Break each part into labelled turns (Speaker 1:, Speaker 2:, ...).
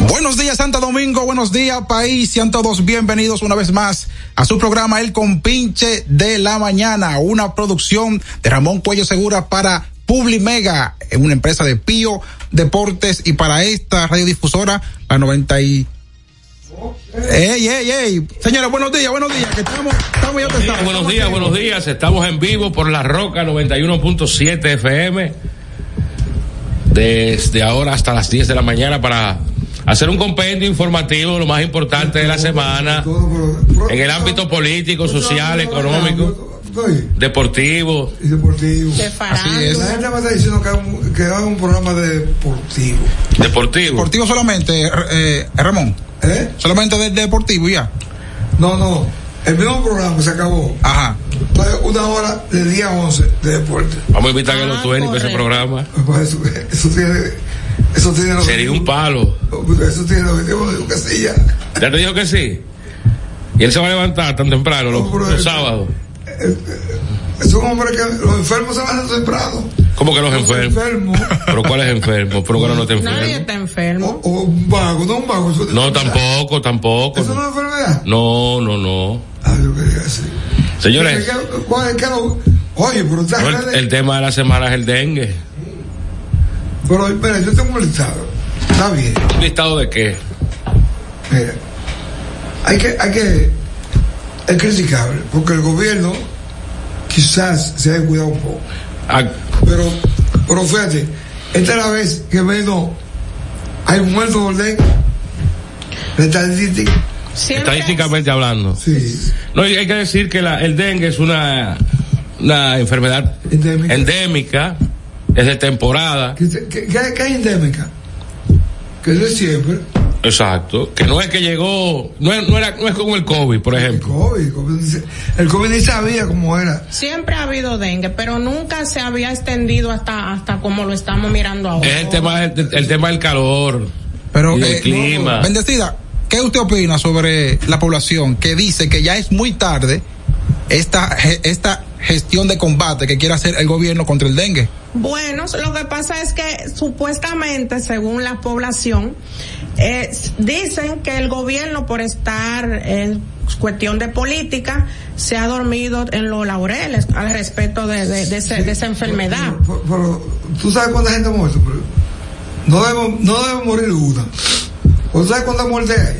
Speaker 1: Buenos días, Santo Domingo. Buenos días, país. Sean todos bienvenidos una vez más a su programa El Compinche de la Mañana, una producción de Ramón Cuello Segura para Publimega, una empresa de Pío Deportes y para esta radiodifusora, la 90 y... Ey, ey, ey. Señores, buenos días, buenos días, que estamos, estamos ya
Speaker 2: Buenos días,
Speaker 1: testados,
Speaker 2: buenos
Speaker 1: estamos
Speaker 2: días,
Speaker 1: activos.
Speaker 2: buenos días. Estamos en vivo por La Roca 91.7 FM. Desde ahora hasta las 10 de la mañana para hacer un compendio informativo, de lo más importante de la semana, en el ámbito político, social, económico,
Speaker 3: Estoy,
Speaker 2: deportivo.
Speaker 3: y deportivo.
Speaker 4: De farándula.
Speaker 1: es.
Speaker 3: La gente me está diciendo que, haga un- que haga un programa deportivo.
Speaker 2: Deportivo.
Speaker 1: Deportivo solamente, eh, Ramón.
Speaker 3: ¿Eh?
Speaker 1: Solamente del deportivo y ya.
Speaker 3: No, no. El mismo programa se acabó.
Speaker 1: Ajá.
Speaker 3: Entonces, una hora de 10 a 11 de deporte.
Speaker 2: Vamos a invitar a que lo
Speaker 4: Ah,
Speaker 2: tuenen para ese
Speaker 4: correcto.
Speaker 2: programa.
Speaker 3: Eso, eso tiene. Eso tiene lo
Speaker 2: Sería un palo.
Speaker 3: Eso tiene el objetivo de Casilla.
Speaker 2: ¿Ya te dijo que sí? Y él se va a levantar tan temprano, los,
Speaker 3: No, pero
Speaker 2: los
Speaker 3: eso-
Speaker 2: sábados.
Speaker 3: Es un hombre que los enfermos se van temprano.
Speaker 2: ¿Cómo que los enfermos?
Speaker 3: Enfermo.
Speaker 2: ¿Pero cuáles enfermos? ¿Pero cuáles no te
Speaker 4: Nadie
Speaker 2: enfermos?
Speaker 4: está
Speaker 3: o,
Speaker 4: enfermo.
Speaker 3: o un vago, no un vago. eso-
Speaker 2: No, tampoco, tampoco.
Speaker 3: Eso no es enfermedad.
Speaker 2: No, no, no.
Speaker 3: Ah, yo quería decir.
Speaker 2: Señores,
Speaker 3: ¿Qué- cuál es- qué lo- Oye, pero está
Speaker 2: no, el,
Speaker 3: grande.
Speaker 2: el tema de la semana es el dengue.
Speaker 3: Pero mira, yo tengo un listado. Está bien.
Speaker 2: ¿Un listado de qué?
Speaker 3: Mira. Eh, Hay que, hay que. Es criticable, porque el gobierno quizás se haya cuidado un poco.
Speaker 2: Ah,
Speaker 3: Pero, pero fíjate, esta es la vez que menos hay muertos por dengue. La estadística.
Speaker 4: Siempre-
Speaker 2: estadísticamente hablando.
Speaker 3: Sí.
Speaker 2: No, y hay que decir que la- el dengue es una, una enfermedad
Speaker 3: Endémica.
Speaker 2: endémica, es de temporada.
Speaker 3: ¿Qué, qué, qué- qué es endémica? Que eso es siempre.
Speaker 2: Exacto. Que no es que llegó, no es, no era, no es como el COVID, por
Speaker 3: El
Speaker 2: ejemplo.
Speaker 3: COVID. El COVID, ni se- el COVID ni sabía cómo era.
Speaker 4: Siempre ha habido dengue, pero nunca se había extendido hasta, hasta como lo estamos mirando ahora.
Speaker 2: Es el tema, del- el tema del calor.
Speaker 1: Pero,
Speaker 2: y el
Speaker 1: eh,
Speaker 2: clima.
Speaker 1: Bendecida, ¿qué usted opina sobre la población que dice que ya es muy tarde esta, ge- esta gestión de combate que quiere hacer el gobierno contra el dengue?
Speaker 4: Bueno, lo que pasa es que supuestamente, según la población, eh, s- dicen que el gobierno, por estar en cuestión de política, se ha dormido en los laureles al respecto de, de- de ese- de esa enfermedad.
Speaker 3: Pero, pero, tú sabes cuánta gente ha muerto, pero no debe, no debe morir una. ¿O sabes cuántas muertes hay?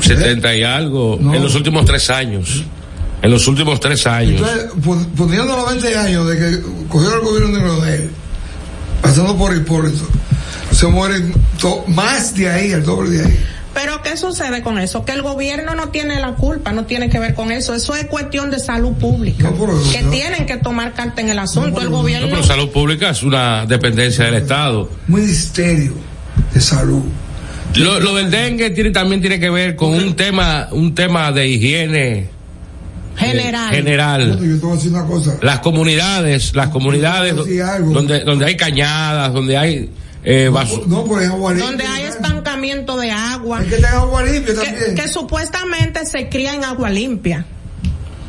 Speaker 2: 70 y algo
Speaker 3: No.
Speaker 2: en los últimos tres años. En los últimos tres años.
Speaker 3: Entonces, pon- poniendo los 20 años de que cogió el gobierno de Leonel, pasando por Hipólito, se mueren to- más de ahí, el doble de ahí.
Speaker 4: Pero ¿qué sucede con eso? Que el gobierno no tiene la culpa, no tiene que ver con eso. Eso es cuestión de salud pública.
Speaker 3: No, pero-
Speaker 4: que
Speaker 3: no.
Speaker 4: tienen que tomar carta en el asunto. el
Speaker 2: No,
Speaker 4: gobierno...
Speaker 2: pero salud pública es una dependencia del Estado.
Speaker 3: Ministerio de Salud.
Speaker 2: Lo, lo del dengue tiene, también tiene que ver con un tema, un tema de higiene eh,
Speaker 4: general.
Speaker 3: Bueno,
Speaker 2: general.
Speaker 3: Yo te voy a decir una cosa.
Speaker 2: Las comunidades, las comunidades
Speaker 3: Yo
Speaker 2: do-
Speaker 3: te voy a decir algo.
Speaker 2: donde, donde hay cañadas, donde hay eh, basu-
Speaker 3: No, pues, por ejemplo, Guaripe,
Speaker 4: Donde hay estancamiento de agua.
Speaker 3: Es que tenga agua limpia
Speaker 4: que,
Speaker 3: también.
Speaker 4: que supuestamente se cría en agua limpia.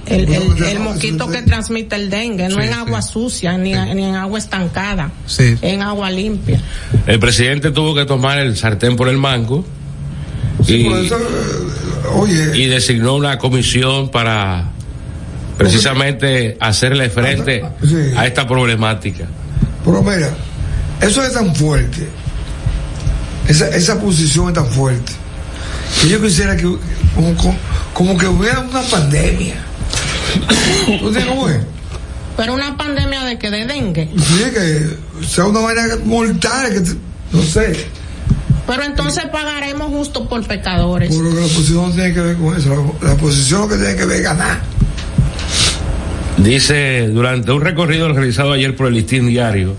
Speaker 4: El,
Speaker 3: Bueno,
Speaker 4: el-
Speaker 3: ya
Speaker 4: el
Speaker 3: no,
Speaker 4: mosquito
Speaker 3: eso
Speaker 4: que
Speaker 3: es-
Speaker 4: transmite el dengue, no
Speaker 1: Sí,
Speaker 4: en
Speaker 1: sí.
Speaker 4: agua sucia ni, a- ni en agua estancada,
Speaker 1: Sí.
Speaker 4: en agua limpia.
Speaker 2: El presidente tuvo que tomar el sartén por el mango
Speaker 3: Sí,
Speaker 2: y,
Speaker 3: por eso, eh, oye,
Speaker 2: y designó una comisión para precisamente hacerle frente
Speaker 3: Ah, Sí.
Speaker 2: a esta problemática.
Speaker 3: Pero mira, eso es tan fuerte. Esa, esa posición es tan fuerte. Que yo quisiera que, como, como- como que hubiera una pandemia. ¿Tú tienes cómo es?
Speaker 4: Pero una pandemia de que de dengue.
Speaker 3: Sí, que sea una vaina mortal, que te- no sé.
Speaker 4: Pero entonces pagaremos justo por pecadores.
Speaker 3: Por lo que la posición no tiene que ver con eso. La, la posición lo que tiene que ver es ganar.
Speaker 2: Dice, durante un recorrido realizado ayer por el listín diario,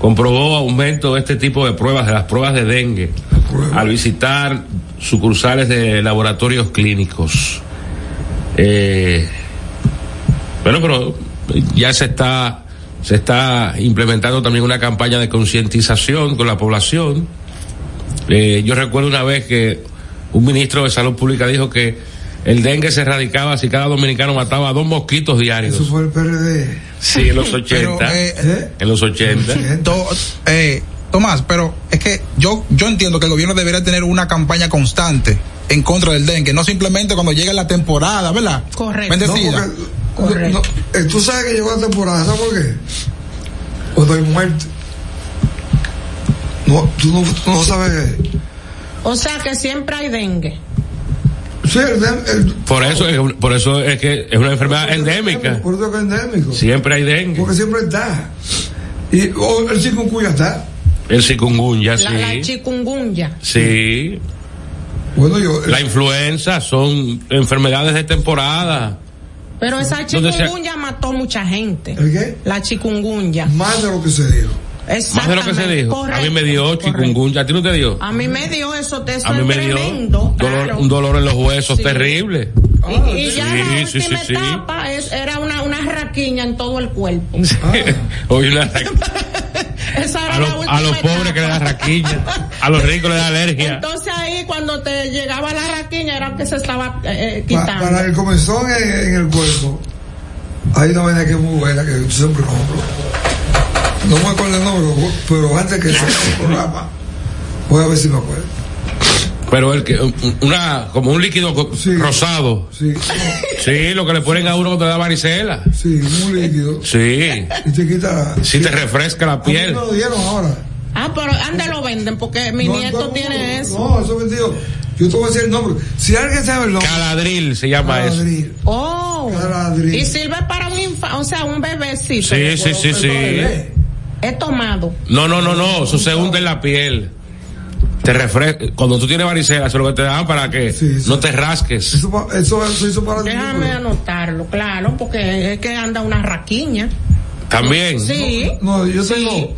Speaker 2: comprobó aumento de este tipo de pruebas, de las pruebas de dengue,
Speaker 3: Pruebas.
Speaker 2: al visitar sucursales de laboratorios clínicos. Eh, bueno, pero ya se está, se está implementando también una campaña de concientización con la población. Eh, yo recuerdo una vez que un ministro de Salud Pública dijo que el dengue se erradicaba si cada dominicano mataba a dos mosquitos diarios.
Speaker 3: Eso fue el PRD.
Speaker 2: Sí, en los 80.
Speaker 1: Pero, eh,
Speaker 3: ¿Eh?
Speaker 2: en los 80.
Speaker 1: to- eh, Tomás, pero es que yo, yo entiendo que el gobierno debería tener una campaña constante en contra del dengue, no simplemente cuando llega la temporada, ¿verdad?
Speaker 4: Correcto.
Speaker 1: Bendecida.
Speaker 3: No, porque-
Speaker 4: Correcto.
Speaker 3: no, eh, tú sabes que llegó la temporada, ¿sabes por qué? Cuando hay muerte. No, tú no, tú no sabes.
Speaker 4: O sea que siempre hay dengue.
Speaker 3: Sí, el, el-
Speaker 2: Por eso, es un- por eso es que es una enfermedad endémica.
Speaker 3: Por eso que es endémico.
Speaker 2: Siempre hay dengue.
Speaker 3: Porque siempre está. Y o el chikungunya está.
Speaker 2: El chikungunya,
Speaker 4: La, la
Speaker 2: sí.
Speaker 4: chikungunya.
Speaker 2: Sí.
Speaker 3: Bueno, yo.
Speaker 2: La influenza son enfermedades de temporada.
Speaker 4: Pero esa
Speaker 2: ¿Dónde se-
Speaker 4: chikungunya mató mucha gente.
Speaker 3: ¿El qué?
Speaker 4: La chikungunya.
Speaker 3: Más de lo que se dijo.
Speaker 2: Más de lo que se
Speaker 4: Exactamente.
Speaker 2: dijo. A mí
Speaker 4: Correcto,
Speaker 2: me dio
Speaker 4: correcto.
Speaker 2: chikungunya. ¿A ti no te dio?
Speaker 4: A mí me dio eso, eso
Speaker 2: A mí
Speaker 4: es
Speaker 2: me dio
Speaker 4: tremendo.
Speaker 2: dolor,
Speaker 4: claro.
Speaker 2: un dolor en los huesos
Speaker 4: Sí.
Speaker 2: terrible.
Speaker 4: Y, y ya
Speaker 2: Sí,
Speaker 4: la
Speaker 2: sí,
Speaker 4: última
Speaker 2: sí, sí.
Speaker 4: etapa es- era una, una raquiña en todo el cuerpo.
Speaker 2: Oye, una-
Speaker 4: Esa era
Speaker 2: a,
Speaker 4: la
Speaker 2: los,
Speaker 4: última
Speaker 2: a los pobres
Speaker 4: etapa.
Speaker 2: que le da raquiña, a los ricos le da alergia.
Speaker 4: Entonces ahí cuando te llegaba la raquiña era que se estaba eh, eh,
Speaker 3: Pa-
Speaker 4: quitando.
Speaker 3: para el comezón en, en el cuerpo, hay una vaina que es muy buena que yo siempre compro. No me acuerdo el nombre, pero antes que salga el programa, voy a ver si me acuerdo.
Speaker 2: Pero el que, un- una, como un líquido co-
Speaker 3: Sí.
Speaker 2: rosado.
Speaker 3: Sí,
Speaker 2: Sí, lo que le ponen a uno cuando le da varicela.
Speaker 3: sí, un líquido.
Speaker 2: Sí.
Speaker 3: Y te quita la.
Speaker 2: Si te refresca la
Speaker 3: A mí
Speaker 2: piel.
Speaker 3: me lo dieron ahora.
Speaker 4: Ah, pero anda lo venden porque mi
Speaker 3: No,
Speaker 4: nieto
Speaker 3: no,
Speaker 4: tiene
Speaker 3: no,
Speaker 4: eso.
Speaker 3: No, eso es vendido. Yo te voy a decir el nombre. Si alguien sabe el nombre,
Speaker 2: Caladril se llama eso.
Speaker 3: Madrid.
Speaker 4: Oh.
Speaker 3: Caladril.
Speaker 4: Y sirve para un infa, o sea, un bebecito.
Speaker 2: Sí, sí,
Speaker 3: pues,
Speaker 2: sí, sí.
Speaker 4: He tomado.
Speaker 2: No, no, no, no. Eso se hunde en la piel. Te refresca. Cuando tú tienes varicela, eso es lo que te dan para que
Speaker 3: Sí, sí.
Speaker 2: no te rasques.
Speaker 3: Eso, pa- eso, eso hizo para
Speaker 4: Déjame anotarlo, claro, porque es que anda una raquiña.
Speaker 2: También.
Speaker 4: Sí.
Speaker 3: No, yo
Speaker 4: Sí.
Speaker 3: tengo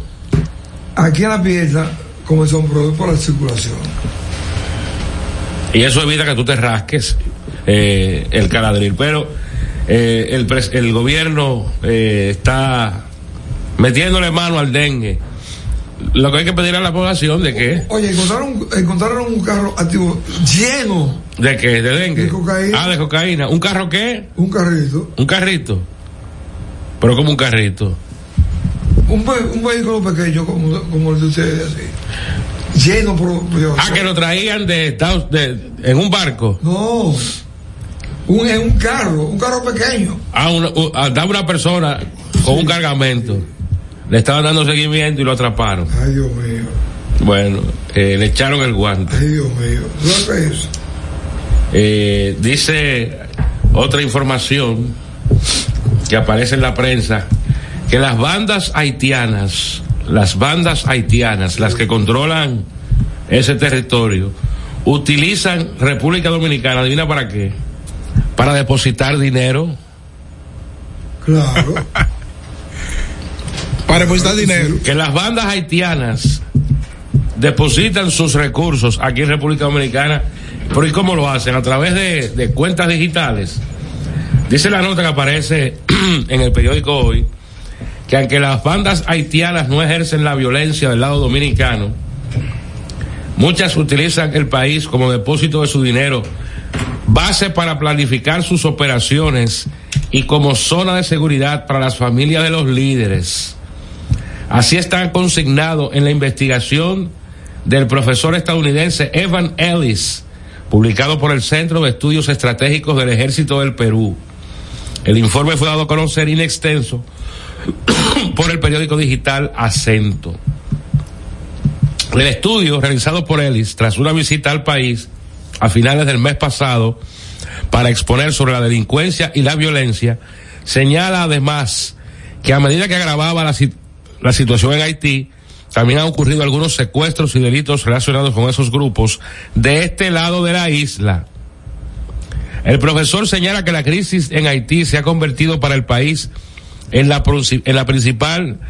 Speaker 3: aquí en la pierna comenzó un problema por la circulación.
Speaker 2: Y eso evita que tú te rasques eh, el caladril. Pero eh, el, pres- el gobierno eh, está metiéndole mano al dengue. Lo que hay que pedir a la población de que,
Speaker 3: Oye, encontraron, encontraron un carro activo lleno,
Speaker 2: de que, de dengue.
Speaker 3: De cocaína.
Speaker 2: Ah, de cocaína. ¿Un carro qué?
Speaker 3: un carrito,
Speaker 2: ¿Un carrito? Pero como un carrito.
Speaker 3: un, ve- un vehículo pequeño como, como el de ustedes, así. Lleno por... por-
Speaker 2: Ah, que lo traían de Estados de, en un barco.
Speaker 3: No, un, es un carro, un carro pequeño.
Speaker 2: A Ah, una, u- a dar una persona con un cargamento. Le estaban dando seguimiento y lo atraparon.
Speaker 3: Ay, Dios mío,
Speaker 2: Bueno, eh, le echaron el guante.
Speaker 3: ay, Dios mío. ¿Lo que es?
Speaker 2: Eh, dice otra información que aparece en la prensa, que las bandas haitianas, las bandas haitianas, las que controlan ese territorio, utilizan República Dominicana, adivina para qué, para depositar dinero.
Speaker 3: Claro.
Speaker 1: Para prestar dinero.
Speaker 2: que las bandas haitianas depositan sus recursos aquí en República Dominicana, pero ¿y cómo lo hacen? A través de, de cuentas digitales. Dice la nota que aparece en el periódico hoy, que aunque las bandas haitianas no ejercen la violencia del lado dominicano, muchas utilizan el país como depósito de su dinero, base para planificar sus operaciones y como zona de seguridad para las familias de los líderes. Así está consignado en la investigación del profesor estadounidense Evan Ellis, publicado por el Centro de Estudios Estratégicos del Ejército del Perú. El informe fue dado a conocer in extenso por el periódico digital Acento. El estudio realizado por Ellis tras una visita al país a finales del mes pasado para exponer sobre la delincuencia y la violencia señala además que a medida que agravaba la, sit- la situación en Haití, también han ocurrido algunos secuestros y delitos relacionados con esos grupos de este lado de la isla. El profesor señala que la crisis en Haití se ha convertido para el país en la, princi- en la principal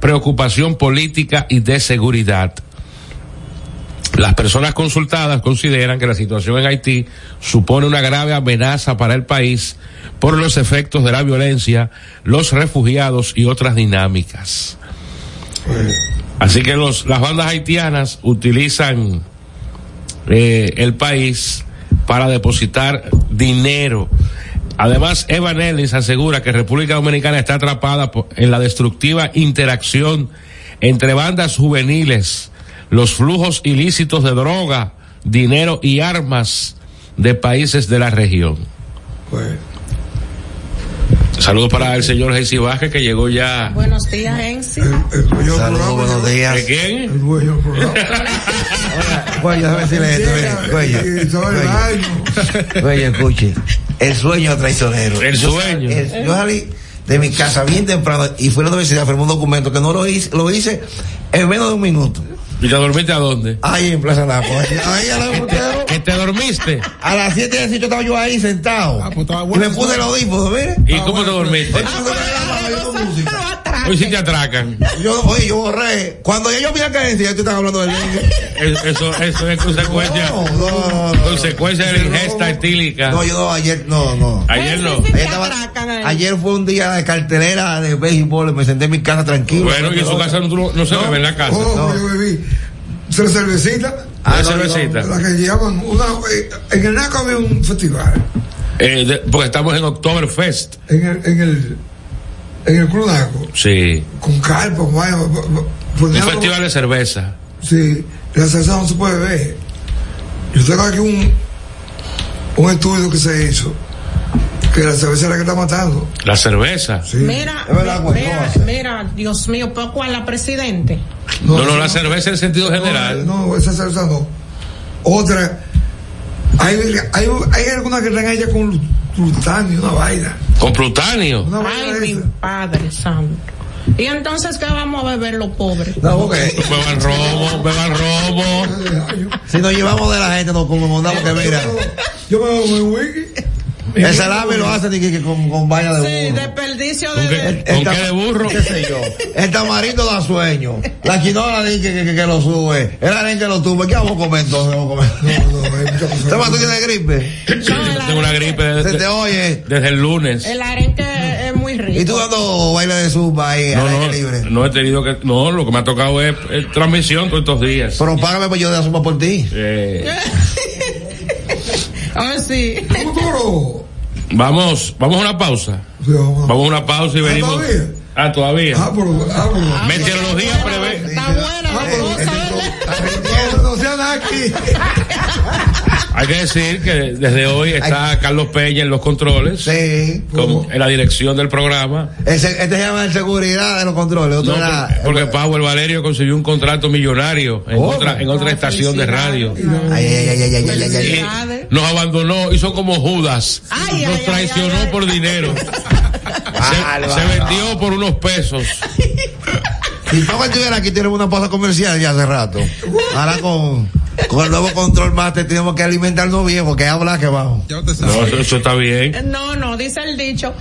Speaker 2: preocupación política y de seguridad. Las personas consultadas consideran que la situación en Haití supone una grave amenaza para el país por los efectos de la violencia, los refugiados y otras dinámicas. Así que los, las bandas haitianas utilizan eh, el país para depositar dinero. Además, Evan Ellis asegura que República Dominicana está atrapada en la destructiva interacción entre bandas juveniles, los flujos ilícitos de droga, dinero y armas de países de la región.
Speaker 3: Bueno.
Speaker 2: Saludos para el señor Jesse Vázquez que llegó ya.
Speaker 4: Buenos días, Ensi.
Speaker 5: Saludos, buenos días.
Speaker 2: ¿De quién?
Speaker 3: El cuello programa.
Speaker 5: Cuello, déjame decirle esto, mire, cuello.
Speaker 3: Y todo el
Speaker 5: cuello.
Speaker 3: año.
Speaker 5: Oye, escuche, el sueño traicionero.
Speaker 2: El
Speaker 5: Yo
Speaker 2: sueño.
Speaker 5: sal- el- yo salí de mi casa bien temprano y fui a la universidad, firmé un documento que no lo hice, lo hice en menos de un minuto.
Speaker 2: ¿Y te dormiste a dónde?
Speaker 5: Ahí en Plaza Napo. Ahí, ahí a la Botero.
Speaker 2: ¿Que te dormiste?
Speaker 5: A las 7 de 18 estaba yo ahí sentado.
Speaker 1: Ah, pues estaba
Speaker 5: y me
Speaker 1: bueno.
Speaker 5: puse el audífono, mire.
Speaker 2: ¿Y cómo te dormiste?
Speaker 5: Oye, yo me grababa, yo con música.
Speaker 2: Hoy sí te atracan.
Speaker 5: Yo, oye, yo borré. Cuando ya yo vi a cadencia, ya tú estabas hablando del dengue.
Speaker 2: Es- Eso, eso es consecuencia,
Speaker 5: No, no, no, no.
Speaker 2: consecuencia de la ingesta etílica.
Speaker 5: No, yo no, ayer, no, no.
Speaker 2: Ayer
Speaker 4: Sí,
Speaker 2: no.
Speaker 4: sí, sí.
Speaker 5: Ayer, estaba-
Speaker 4: atracan ahí.
Speaker 5: ayer fue un día de cartelera de béisbol, me senté en mi casa tranquilo.
Speaker 2: Bueno, y en su casa no, tú no- no se bebe en la casa.
Speaker 3: Oh,
Speaker 5: No.
Speaker 3: yo bebí. Se cervecita.
Speaker 5: Ah,
Speaker 2: ¿Hay
Speaker 5: no, yo-
Speaker 2: cervecita?
Speaker 3: La que llevaban una, eh, en el NACO había un festival,
Speaker 2: Eh, de- porque estamos en Oktoberfest.
Speaker 3: en el, en el, en el Club NACO,
Speaker 2: Sí.
Speaker 3: con carpa, con vaina, po- po-
Speaker 5: Pues
Speaker 2: Un
Speaker 3: ponían
Speaker 2: festival de cerveza.
Speaker 3: como- Sí, la salsa no se puede ver. Yo tengo aquí un, un estudio que se hizo, que la cerveza es la que está matando.
Speaker 2: La cerveza.
Speaker 3: Sí.
Speaker 4: Mira,
Speaker 5: Es verdad, güey, ¿cómo va a
Speaker 4: mira,
Speaker 5: ser?
Speaker 4: mira, Dios mío, poco a la presidente.
Speaker 2: No, no, la cerveza en sentido
Speaker 3: no,
Speaker 2: general.
Speaker 3: No, esa salsa no. Otra, hay, hay, hay algunas que están hechas con y una vaina.
Speaker 2: Con plutanio.
Speaker 3: Una vaina
Speaker 4: Ay,
Speaker 3: de
Speaker 4: mi
Speaker 3: esa.
Speaker 4: padre santo. Y entonces, ¿qué vamos a beber los pobres?
Speaker 5: No, porque
Speaker 2: Beban robo, beban robo.
Speaker 3: Ay, yo-
Speaker 5: si nos llevamos de la gente, nos acomodamos que mira.
Speaker 3: Yo me hago mi wiki.
Speaker 5: El salame lo hacen y que, que con, con vaina de
Speaker 4: Sí,
Speaker 5: burro.
Speaker 4: desperdicio de...
Speaker 2: ¿Con qué, con qué de burro?
Speaker 5: ¿Qué sé yo? El tamarindo da sueño. La quinola dice que, que, que, que lo sube. El arenque que lo tuve. ¿Qué vamos a comer entonces? Vamos a comer.
Speaker 3: No, no, hay muchas cosas.
Speaker 5: Toma, tú tienes gripe.
Speaker 4: No,
Speaker 2: Tengo una gripe de-
Speaker 5: Se te
Speaker 2: de-
Speaker 5: oye.
Speaker 2: desde el lunes.
Speaker 4: El arenque es muy
Speaker 5: Y tú
Speaker 4: rico.
Speaker 5: dando baile de zumba ahí
Speaker 2: No,
Speaker 5: al aire libre.
Speaker 2: no, no he tenido que. No, lo que me ha tocado es, eh, transmisión todos estos días.
Speaker 5: Pero págame pues yo de la zumba por ti.
Speaker 2: Eh,
Speaker 4: Ah, sí.
Speaker 3: Futuro.
Speaker 2: vamos, vamos a una pausa.
Speaker 3: Sí, vamos.
Speaker 2: Vamos a una pausa y venimos.
Speaker 3: todavía?
Speaker 2: Ah,
Speaker 3: Ah,
Speaker 2: todavía.
Speaker 3: pero- ah, pero-
Speaker 2: Meteorología prevé.
Speaker 4: Está buena la
Speaker 3: pero-
Speaker 4: cosa, ¿verdad?
Speaker 3: Pero No sean aquí.
Speaker 2: Hay que decir que desde hoy está Carlos Peña en los controles,
Speaker 5: Sí.
Speaker 2: como en la dirección del programa.
Speaker 5: Ese- este se llama el seguridad de los controles. Otro
Speaker 2: No,
Speaker 5: era-
Speaker 2: porque- porque Powell Valerio consiguió un contrato millonario en
Speaker 5: Oh.
Speaker 2: otra, en otra estación de radio.
Speaker 5: Ay, ay, ay, ay, ay, ay, ay, ay.
Speaker 4: Felicidades.
Speaker 2: Nos abandonó, hizo como Judas.
Speaker 4: Ay, ay,
Speaker 2: Nos
Speaker 4: ay,
Speaker 2: traicionó
Speaker 4: ay, ay.
Speaker 2: por dinero. Se,
Speaker 5: Bárbaro.
Speaker 2: se vendió por unos pesos. pues.
Speaker 5: Si Pablo estuviera aquí, tenemos una pausa comercial ya hace rato. Ahora con, con el nuevo control master tenemos que alimentarnos bien porque habla que vamos.
Speaker 1: Ya usted
Speaker 2: No,
Speaker 1: sabe.
Speaker 2: eso, eso está bien.
Speaker 4: No, no, dice el dicho,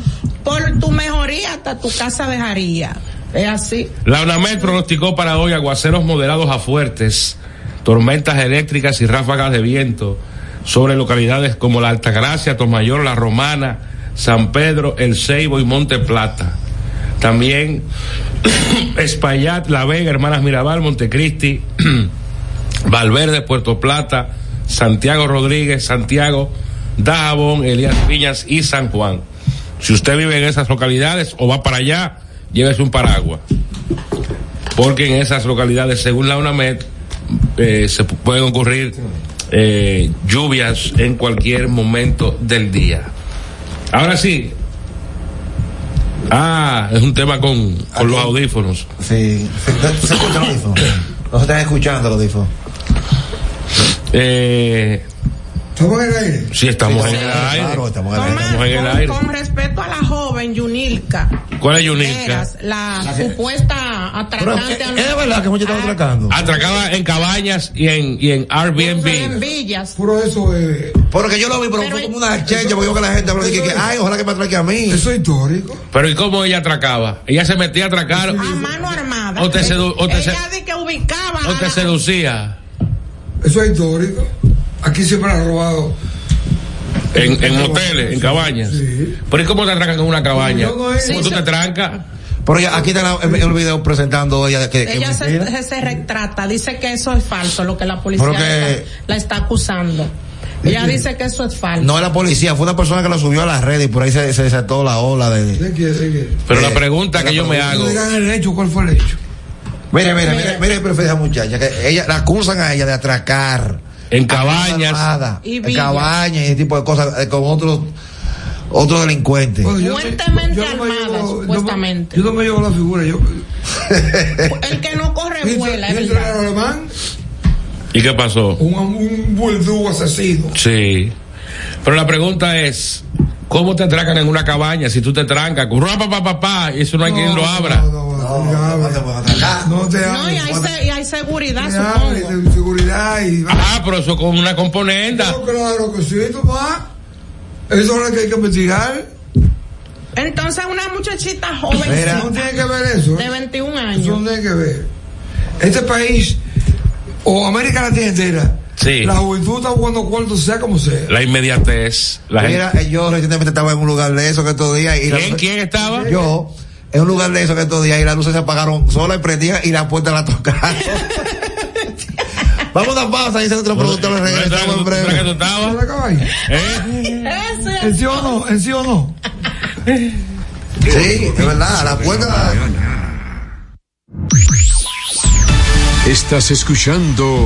Speaker 4: por tu mejoría hasta tu casa dejaría. Es así.
Speaker 2: La UNAMED pronosticó para hoy aguaceros moderados a fuertes, tormentas eléctricas y ráfagas de viento sobre localidades como la Altagracia, Tomayor, La Romana, San Pedro, El Ceibo y Monte Plata. También Espaillat, La Vega, Hermanas Mirabal, Montecristi, Valverde, Puerto Plata, Santiago Rodríguez, Santiago, Dajabón, Elías Piñas y San Juan. Si usted vive en esas localidades o va para allá, llévese un paraguas. Porque en esas localidades, según la UNAMED, eh, se pu- pueden ocurrir eh, lluvias en cualquier momento del día. Ahora sí. Ah, es un tema con, con los audífonos.
Speaker 5: Sí. ¿Se, se escucha los audífonos? No se están escuchando los audífonos.
Speaker 2: Eh,
Speaker 3: Estamos en el aire.
Speaker 2: sí, estamos en el aire.
Speaker 5: Claro, estamos en el
Speaker 4: Tomás,
Speaker 5: aire.
Speaker 2: Estamos en el aire.
Speaker 4: con, con respecto a la joven Yunilka,
Speaker 2: ¿Cuál es Yunilka?
Speaker 4: Veras, la, supuesta
Speaker 5: Pero,
Speaker 4: atracante
Speaker 5: ¿es-
Speaker 4: a-
Speaker 5: ¿Es verdad que muchos están atracando?
Speaker 2: Atracada en cabañas y en, y en
Speaker 4: en
Speaker 2: Airbnb.
Speaker 4: villas.
Speaker 3: Puro eso eh. es.
Speaker 5: Porque yo lo vi, pero
Speaker 4: Pero
Speaker 5: fue
Speaker 4: es-
Speaker 5: como una chencha, porque yo que la gente habló de que, que, ay, ojalá que me atraque a mí.
Speaker 3: Eso es histórico.
Speaker 2: Pero ¿y cómo ella atracaba? Ella se metía a atracar
Speaker 4: A mano armada.
Speaker 2: O te sedu- o te
Speaker 4: Ella
Speaker 2: sed-
Speaker 4: de que ubicaba.
Speaker 2: o
Speaker 4: a
Speaker 2: te
Speaker 4: la-
Speaker 2: seducía
Speaker 3: Eso es histórico. Aquí siempre han robado.
Speaker 2: en, en moteles, en cabañas.
Speaker 3: Sí.
Speaker 2: Pero ¿y cómo te atracan en una cabaña?
Speaker 3: Yo no he-
Speaker 2: ¿Cómo tú te atrancas?
Speaker 5: Pero ya, aquí está la- el, el video presentando ella que, que
Speaker 4: Ella
Speaker 5: mentira.
Speaker 4: se, se retrata, dice que eso es falso, lo que la policía
Speaker 5: Pero que-
Speaker 4: la, la está acusando. Ella dice que eso es falso.
Speaker 5: No es la policía, fue una persona que lo subió a las redes y por ahí se, se desató la ola de.
Speaker 3: ¿De qué? ¿De qué?
Speaker 2: Pero
Speaker 5: Eh,
Speaker 2: la pregunta
Speaker 5: la
Speaker 2: que yo me
Speaker 5: pregunta-
Speaker 2: hago.
Speaker 3: No digan el hecho, ¿cuál fue el hecho?
Speaker 5: Mire, mire, mire, mire, pero esa muchacha, que ella, la acusan a ella de atracar.
Speaker 2: En
Speaker 5: a
Speaker 2: cabañas.
Speaker 5: mano armada,
Speaker 4: Y
Speaker 5: en
Speaker 4: villas.
Speaker 5: cabañas y ese tipo de cosas eh, con otros otros delincuentes.
Speaker 3: Bueno, yo-
Speaker 4: Fuertemente
Speaker 3: yo no me
Speaker 4: armada,
Speaker 3: llevo- yo no-
Speaker 4: supuestamente.
Speaker 3: Yo no me llevo la figura, yo.
Speaker 4: El que no corre vuela, es
Speaker 3: Víctor
Speaker 4: verdad.
Speaker 3: Alemán,
Speaker 2: ¿Y qué pasó?
Speaker 3: un, un verdugo asesino.
Speaker 2: Sí. Pero la pregunta es, ¿cómo te atracan en una cabaña si tú te trancas? Papá, papá, papá, eso no hay quien lo abra.
Speaker 3: No, no, no, no,
Speaker 5: No, no te puedo atracar.
Speaker 3: no te
Speaker 4: No, y
Speaker 3: hables.
Speaker 4: hay, se- y hay seguridad,
Speaker 3: te hables
Speaker 4: supongo.
Speaker 3: de seguridad y.
Speaker 2: Ah, pero eso con una componenda.
Speaker 3: No, claro que sí, papá. Eso es lo que hay que investigar.
Speaker 4: Entonces, una muchachita
Speaker 5: Mira.
Speaker 3: No
Speaker 4: joven
Speaker 3: tiene que ver eso.
Speaker 4: de 21
Speaker 3: Eso
Speaker 4: años.
Speaker 3: no tiene que ver. Este país, o América Latina entera,
Speaker 2: Sí.
Speaker 3: la juventud está jugando cuarto, sea como sea.
Speaker 2: La inmediatez. La
Speaker 5: Mira, eh, yo recientemente estaba en un lugar de eso que estos días y
Speaker 2: gente.
Speaker 5: la
Speaker 2: ¿Quién,
Speaker 5: luz-
Speaker 2: quién estaba?
Speaker 5: yo en un lugar de eso que estos días y las luces se apagaron sola y prendían y la puerta la tocaron. Vamos a dar pausa, dice nuestro productor,
Speaker 2: ¿No estaba
Speaker 5: regresamos en
Speaker 2: tú- ¿no que tú
Speaker 5: breve.
Speaker 3: ¿No
Speaker 2: estabas?
Speaker 3: la caballo?
Speaker 2: ¿Eh?
Speaker 4: Ese
Speaker 3: ¿En sí o no? ¿En sí o no?
Speaker 5: Sí, es verdad, la puerta.
Speaker 6: Estás escuchando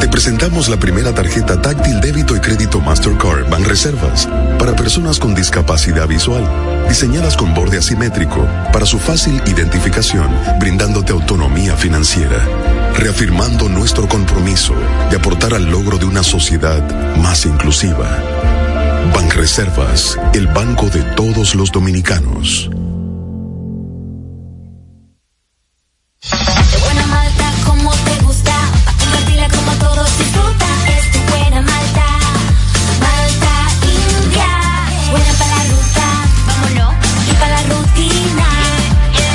Speaker 7: te presentamos la primera tarjeta táctil débito y crédito Mastercard Banreservas para personas con discapacidad visual, diseñadas con borde asimétrico para su fácil identificación, brindándote autonomía financiera, reafirmando nuestro compromiso de aportar al logro de una sociedad más inclusiva. Banreservas, el banco de todos los dominicanos.
Speaker 8: De buena malta como te gusta, pa' compartirla como todos disfrutan. Es tu buena malta, malta india. Buena para la ruta, vámonos, y para la rutina.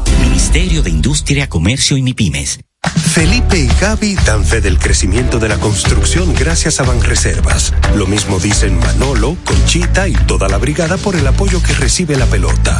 Speaker 9: Ministerio de Industria, Comercio y MIPIMES.
Speaker 10: Felipe y Gaby dan fe del crecimiento de la construcción gracias a Banreservas. Lo mismo dicen Manolo, Conchita y toda la brigada por el apoyo que recibe la pelota.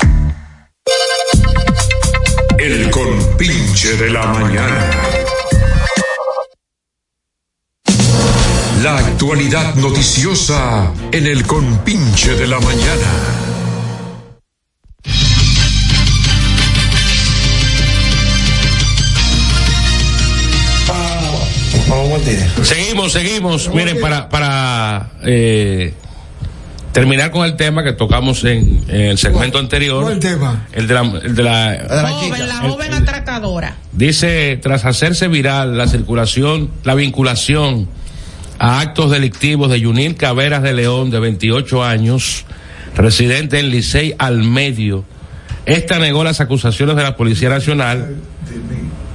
Speaker 6: El Compinche de la Mañana. La actualidad noticiosa en El Compinche de la Mañana.
Speaker 2: Seguimos, seguimos. Miren, para, para eh, terminar con el tema que tocamos en, en el segmento anterior.
Speaker 3: ¿Cuál tema?
Speaker 2: El de la- el de la
Speaker 4: joven, la joven atracadora.
Speaker 2: Dice, tras hacerse viral la circulación, la vinculación a actos delictivos de Yunil Caveras de León, de 28 años, residente en Licey al medio, esta negó las acusaciones de la Policía Nacional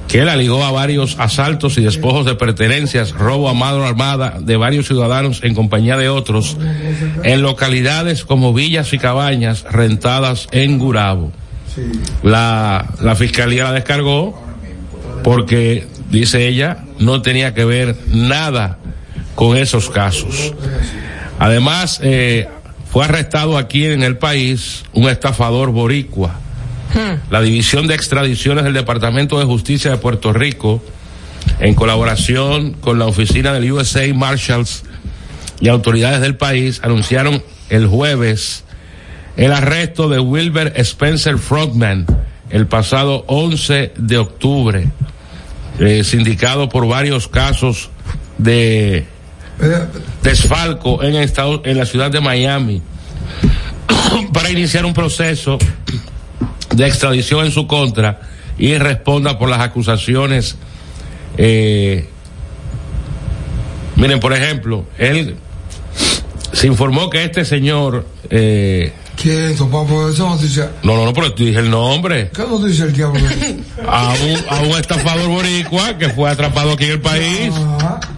Speaker 2: que la ligó a varios asaltos y despojos de pertenencias, robo a mano armada de varios ciudadanos en compañía de otros, en localidades como villas y cabañas rentadas en Gurabo. La, la fiscalía la descargó porque, dice ella, no tenía que ver nada con esos casos. Además, eh, fue arrestado aquí en el país un estafador boricua. La División de Extradiciones del Departamento de Justicia de Puerto Rico, en colaboración con la oficina del USA Marshals y autoridades del país, anunciaron el jueves el arresto de Wilbur Spencer Frogman el pasado 11 de octubre, eh, sindicado por varios casos de desfalco en, estado- en la ciudad de Miami para iniciar un proceso de extradición en su contra y responda por las acusaciones. eh, miren, por ejemplo, él se informó que este señor... Eh,
Speaker 3: ¿Quién? Papá, esa noticia.
Speaker 2: No, no, no, pero te dije el nombre.
Speaker 3: ¿Qué noticia el diablo?
Speaker 2: A un, a un estafador boricua que fue atrapado aquí en el país.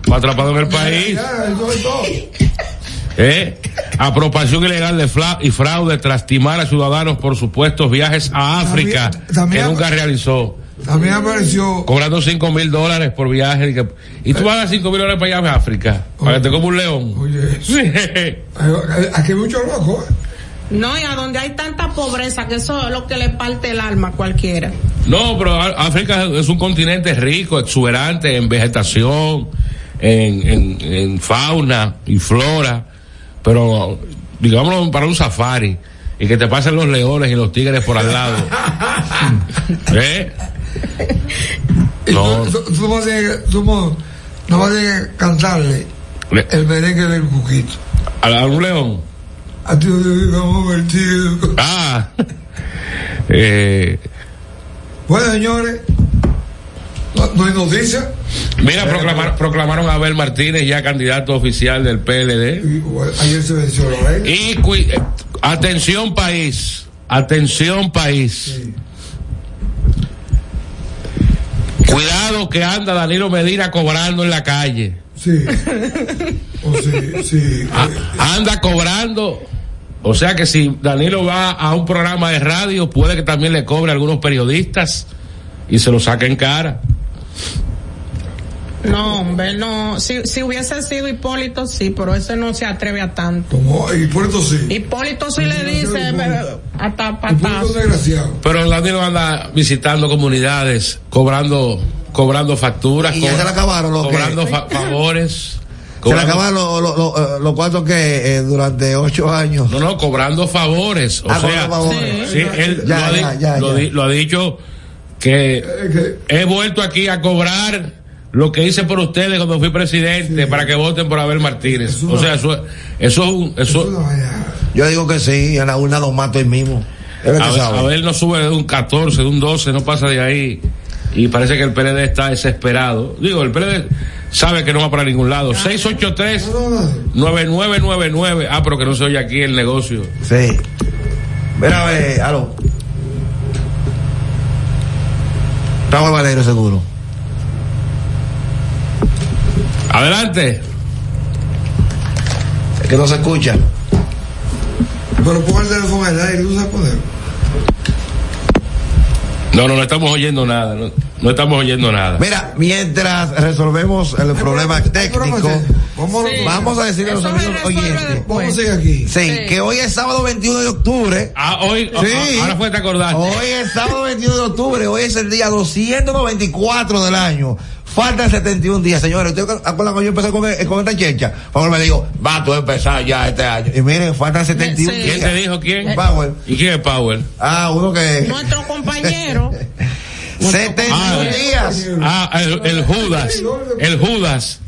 Speaker 2: Fue atrapado en el país.
Speaker 3: Ah. Ya, eso es todo.
Speaker 2: ¿eh? Apropiación ilegal de fla- y fraude tras timar a ciudadanos por supuestos viajes a África
Speaker 3: también-
Speaker 2: que nunca realizó.
Speaker 3: También apareció.
Speaker 2: Cobrando 5 mil dólares por viaje. y que- Y tú vas a dar 5 mil dólares para allá a África. Para que te coma un león. Oye.
Speaker 3: Aquí hay eh. muchos locos.
Speaker 4: No, y a donde hay tanta pobreza, que eso es lo que le parte el alma a cualquiera.
Speaker 2: No, pero Á- África es un continente rico, exuberante en vegetación, en, en- en fauna y flora, pero digámoslo para un safari y que te pasen los leones y los tigres por al lado. ¿Eh? No,
Speaker 3: Tú, tú vas a tener que- tú mo- no vas a tener que cantarle el merengue del cuquito.
Speaker 2: a la- a un león.
Speaker 3: A ti te digo, vamos a ver, tío.
Speaker 2: Ah. Eh,
Speaker 3: Bueno, señores, no, no hay noticias.
Speaker 2: mira, proclamar- proclamaron a Abel Martínez ya candidato oficial del PLD.
Speaker 3: Ayer se venció la ley.
Speaker 2: Y cui- eh, atención país, atención país. Cuidado que anda Danilo Medina cobrando en la calle.
Speaker 3: Sí. O sí, sí.
Speaker 11: Ah,
Speaker 2: A- anda cobrando. O sea que si Danilo va a un programa de radio, puede que también le cobre a algunos periodistas y se lo saquen cara.
Speaker 4: No, hombre, no. Si, si hubiese sido Hipólito, sí, pero ese no se atreve a tanto.
Speaker 3: Como Hipólito Oh, sí.
Speaker 4: Hipólito sí le dice pero, hasta
Speaker 3: Hipólito
Speaker 4: patazo.
Speaker 3: desgraciado.
Speaker 2: Pero Danilo anda visitando comunidades, cobrando, cobrando facturas,
Speaker 5: Y ya se
Speaker 2: cobra-
Speaker 5: la acabaron, ¿lo qué?
Speaker 2: cobrando fa- favores.
Speaker 5: Se le
Speaker 2: cobrando-
Speaker 5: acabaron los lo, lo, eh, los cuantos que eh, durante ocho años.
Speaker 2: No, no, cobrando favores. O
Speaker 5: Ah,
Speaker 2: sea,
Speaker 5: cobrando favores.
Speaker 2: sí, él
Speaker 5: Ya,
Speaker 2: lo, ha di-
Speaker 5: ya, ya,
Speaker 2: lo
Speaker 5: ya. Eh,
Speaker 2: di- lo ha dicho que he vuelto aquí a cobrar lo que hice por ustedes cuando fui presidente para que voten por Abel Martínez. o sea, eso, es- eso es un... Eso,
Speaker 5: Yo digo que sí, en la urna los mato el mismo. Es lo que
Speaker 2: Abel,
Speaker 5: sabe.
Speaker 2: Abel no sube de un 14, de un 12, no pasa de ahí. Y parece que el PLD está desesperado. Digo, el PLD sabe que no va para ningún lado. 683-9999. Ah, pero que no se oye aquí el negocio.
Speaker 5: Sí. Mira, a ver, aló. Raúl Valero, seguro.
Speaker 2: Adelante.
Speaker 5: Es que no se escucha.
Speaker 3: Pero pon el teléfono al aire, ¿eh? tú sabes poner.
Speaker 2: No, no, no estamos oyendo nada. No, no estamos oyendo nada.
Speaker 5: Mira, mientras resolvemos el problema técnico, vamos a decirle a los amigos oyentes.
Speaker 3: Vamos a seguir aquí.
Speaker 5: Sí,
Speaker 3: Sí.
Speaker 5: que hoy es sábado 21 de octubre.
Speaker 2: Ah, hoy, ah, ah, ahora fue que te acordaste.
Speaker 5: Hoy es sábado 21 de octubre, hoy es el día 294 del año. Faltan 71 días, señores. ¿Ustedes acuerdan cuando yo empecé con, eh, con esta checha? Pablo me dijo, va, tú a empezar ya este año. Y miren, faltan 71 días. eh.
Speaker 2: ¿Quién te dijo quién?
Speaker 5: Powell.
Speaker 2: ¿Y quién es Powell?
Speaker 5: Ah, uno que...
Speaker 4: Nuestro compañero.
Speaker 5: 71
Speaker 2: Ah,
Speaker 5: días.
Speaker 2: Ah, el, el Judas. El Judas.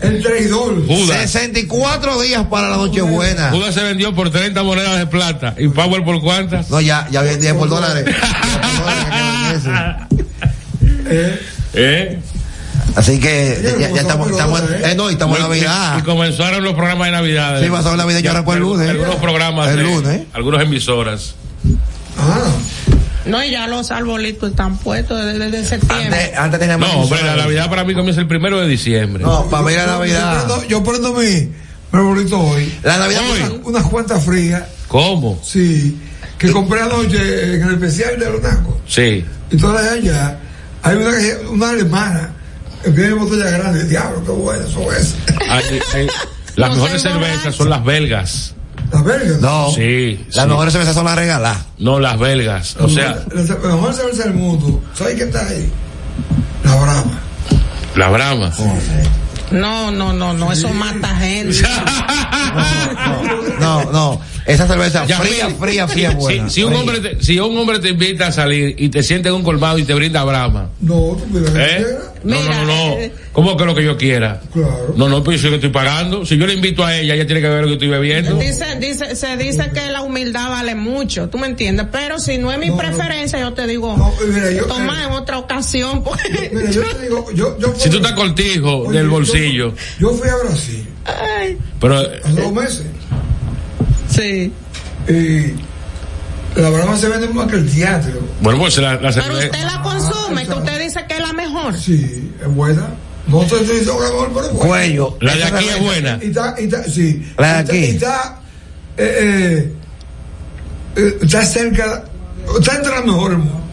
Speaker 3: El traidor.
Speaker 2: Judas.
Speaker 5: 64 días para la Nochebuena.
Speaker 2: Judas se vendió por 30 monedas de plata. ¿Y Powell por cuántas?
Speaker 5: No, ya, ya vendía por dólares.
Speaker 2: ¿Eh?
Speaker 5: Así que ya, ya estamos, estamos, eh, no, y estamos en
Speaker 2: Bueno,
Speaker 5: Navidad.
Speaker 2: Y comenzaron los programas de Navidad.
Speaker 5: Sí, pasó Navidad, yo
Speaker 2: Ya,
Speaker 5: arranco el lunes.
Speaker 2: Algunos programas.
Speaker 5: El
Speaker 2: de-
Speaker 5: lunes.
Speaker 2: Algunas emisoras.
Speaker 4: No, y ya los arbolitos están puestos desde, desde septiembre.
Speaker 5: Antes, antes teníamos
Speaker 2: No,
Speaker 5: un
Speaker 2: hombre, la
Speaker 5: salario.
Speaker 2: Navidad para mí comienza el primero de diciembre.
Speaker 5: No, para mí la
Speaker 3: Yo- Yo
Speaker 5: Navidad.
Speaker 3: prendo, yo prendo mi mi arbolito hoy.
Speaker 5: La Navidad
Speaker 3: Unas unas cuantas frías,
Speaker 2: ¿Cómo?
Speaker 3: sí, que compré anoche en el especial de los nacos.
Speaker 2: Sí.
Speaker 3: Y todas las de allá, hay una, que- una alemana que viene en botella grande. Diablo, qué bueno, eso es.
Speaker 2: Hay- hay- las
Speaker 4: No
Speaker 2: mejores
Speaker 4: se emborracha.
Speaker 2: cervezas son las belgas.
Speaker 3: La verga.
Speaker 5: No,
Speaker 2: Sí,
Speaker 5: las
Speaker 2: sí.
Speaker 5: mejores cervezas son las regaladas.
Speaker 2: No, las belgas. O sea,
Speaker 3: la, la mejor cerveza del mundo, ¿sabes qué está ahí? La brava. Oh,
Speaker 2: la brama.
Speaker 4: No, no, no, no, eso mata gente.
Speaker 5: No, no, esa cerveza
Speaker 2: Ya,
Speaker 5: fría,
Speaker 2: mira.
Speaker 5: fría, fría, buena.
Speaker 2: Si, si un
Speaker 5: Fría.
Speaker 2: hombre te, si un hombre te invita a salir y te siente en un colmado y te brinda brama,
Speaker 3: No, tú me la
Speaker 2: ¿eh? No, no, no, no.
Speaker 4: Mira.
Speaker 2: ¿Cómo que lo que yo quiera?
Speaker 3: Claro.
Speaker 2: No, no, pero yo sé que estoy pagando. Si yo le invito a ella, ella tiene que ver lo que estoy bebiendo.
Speaker 4: Dice, dice, se dice que la humildad vale mucho, tú me entiendes, pero si no es mi
Speaker 3: No, no.
Speaker 4: preferencia, yo te digo,
Speaker 3: No, mira, yo- eh,
Speaker 4: toma en otra ocasión, porque
Speaker 3: Mira, yo te digo, yo, yo
Speaker 2: Si tú estás cortijo del
Speaker 3: yo-
Speaker 2: bolsillo,
Speaker 3: Yo, fui a Brasil
Speaker 4: Ay,
Speaker 2: pero
Speaker 3: hace dos meses
Speaker 4: sí.
Speaker 3: y la brava se vende más que el teatro.
Speaker 2: bueno, pues la, la
Speaker 4: Pero
Speaker 2: cerve-
Speaker 4: usted la
Speaker 3: Ah,
Speaker 4: consume, que usted dice que es la mejor.
Speaker 3: Sí, es buena. No te estoy diciendo que es mejor, pero es buena.
Speaker 5: Cuello.
Speaker 2: la de
Speaker 5: Esa
Speaker 2: aquí es
Speaker 5: cerveza-
Speaker 2: buena.
Speaker 3: Y está, y está, sí. Y
Speaker 5: La de aquí.
Speaker 3: está- y está, eh, eh, eh, está cerca, está entre las mejores. mo.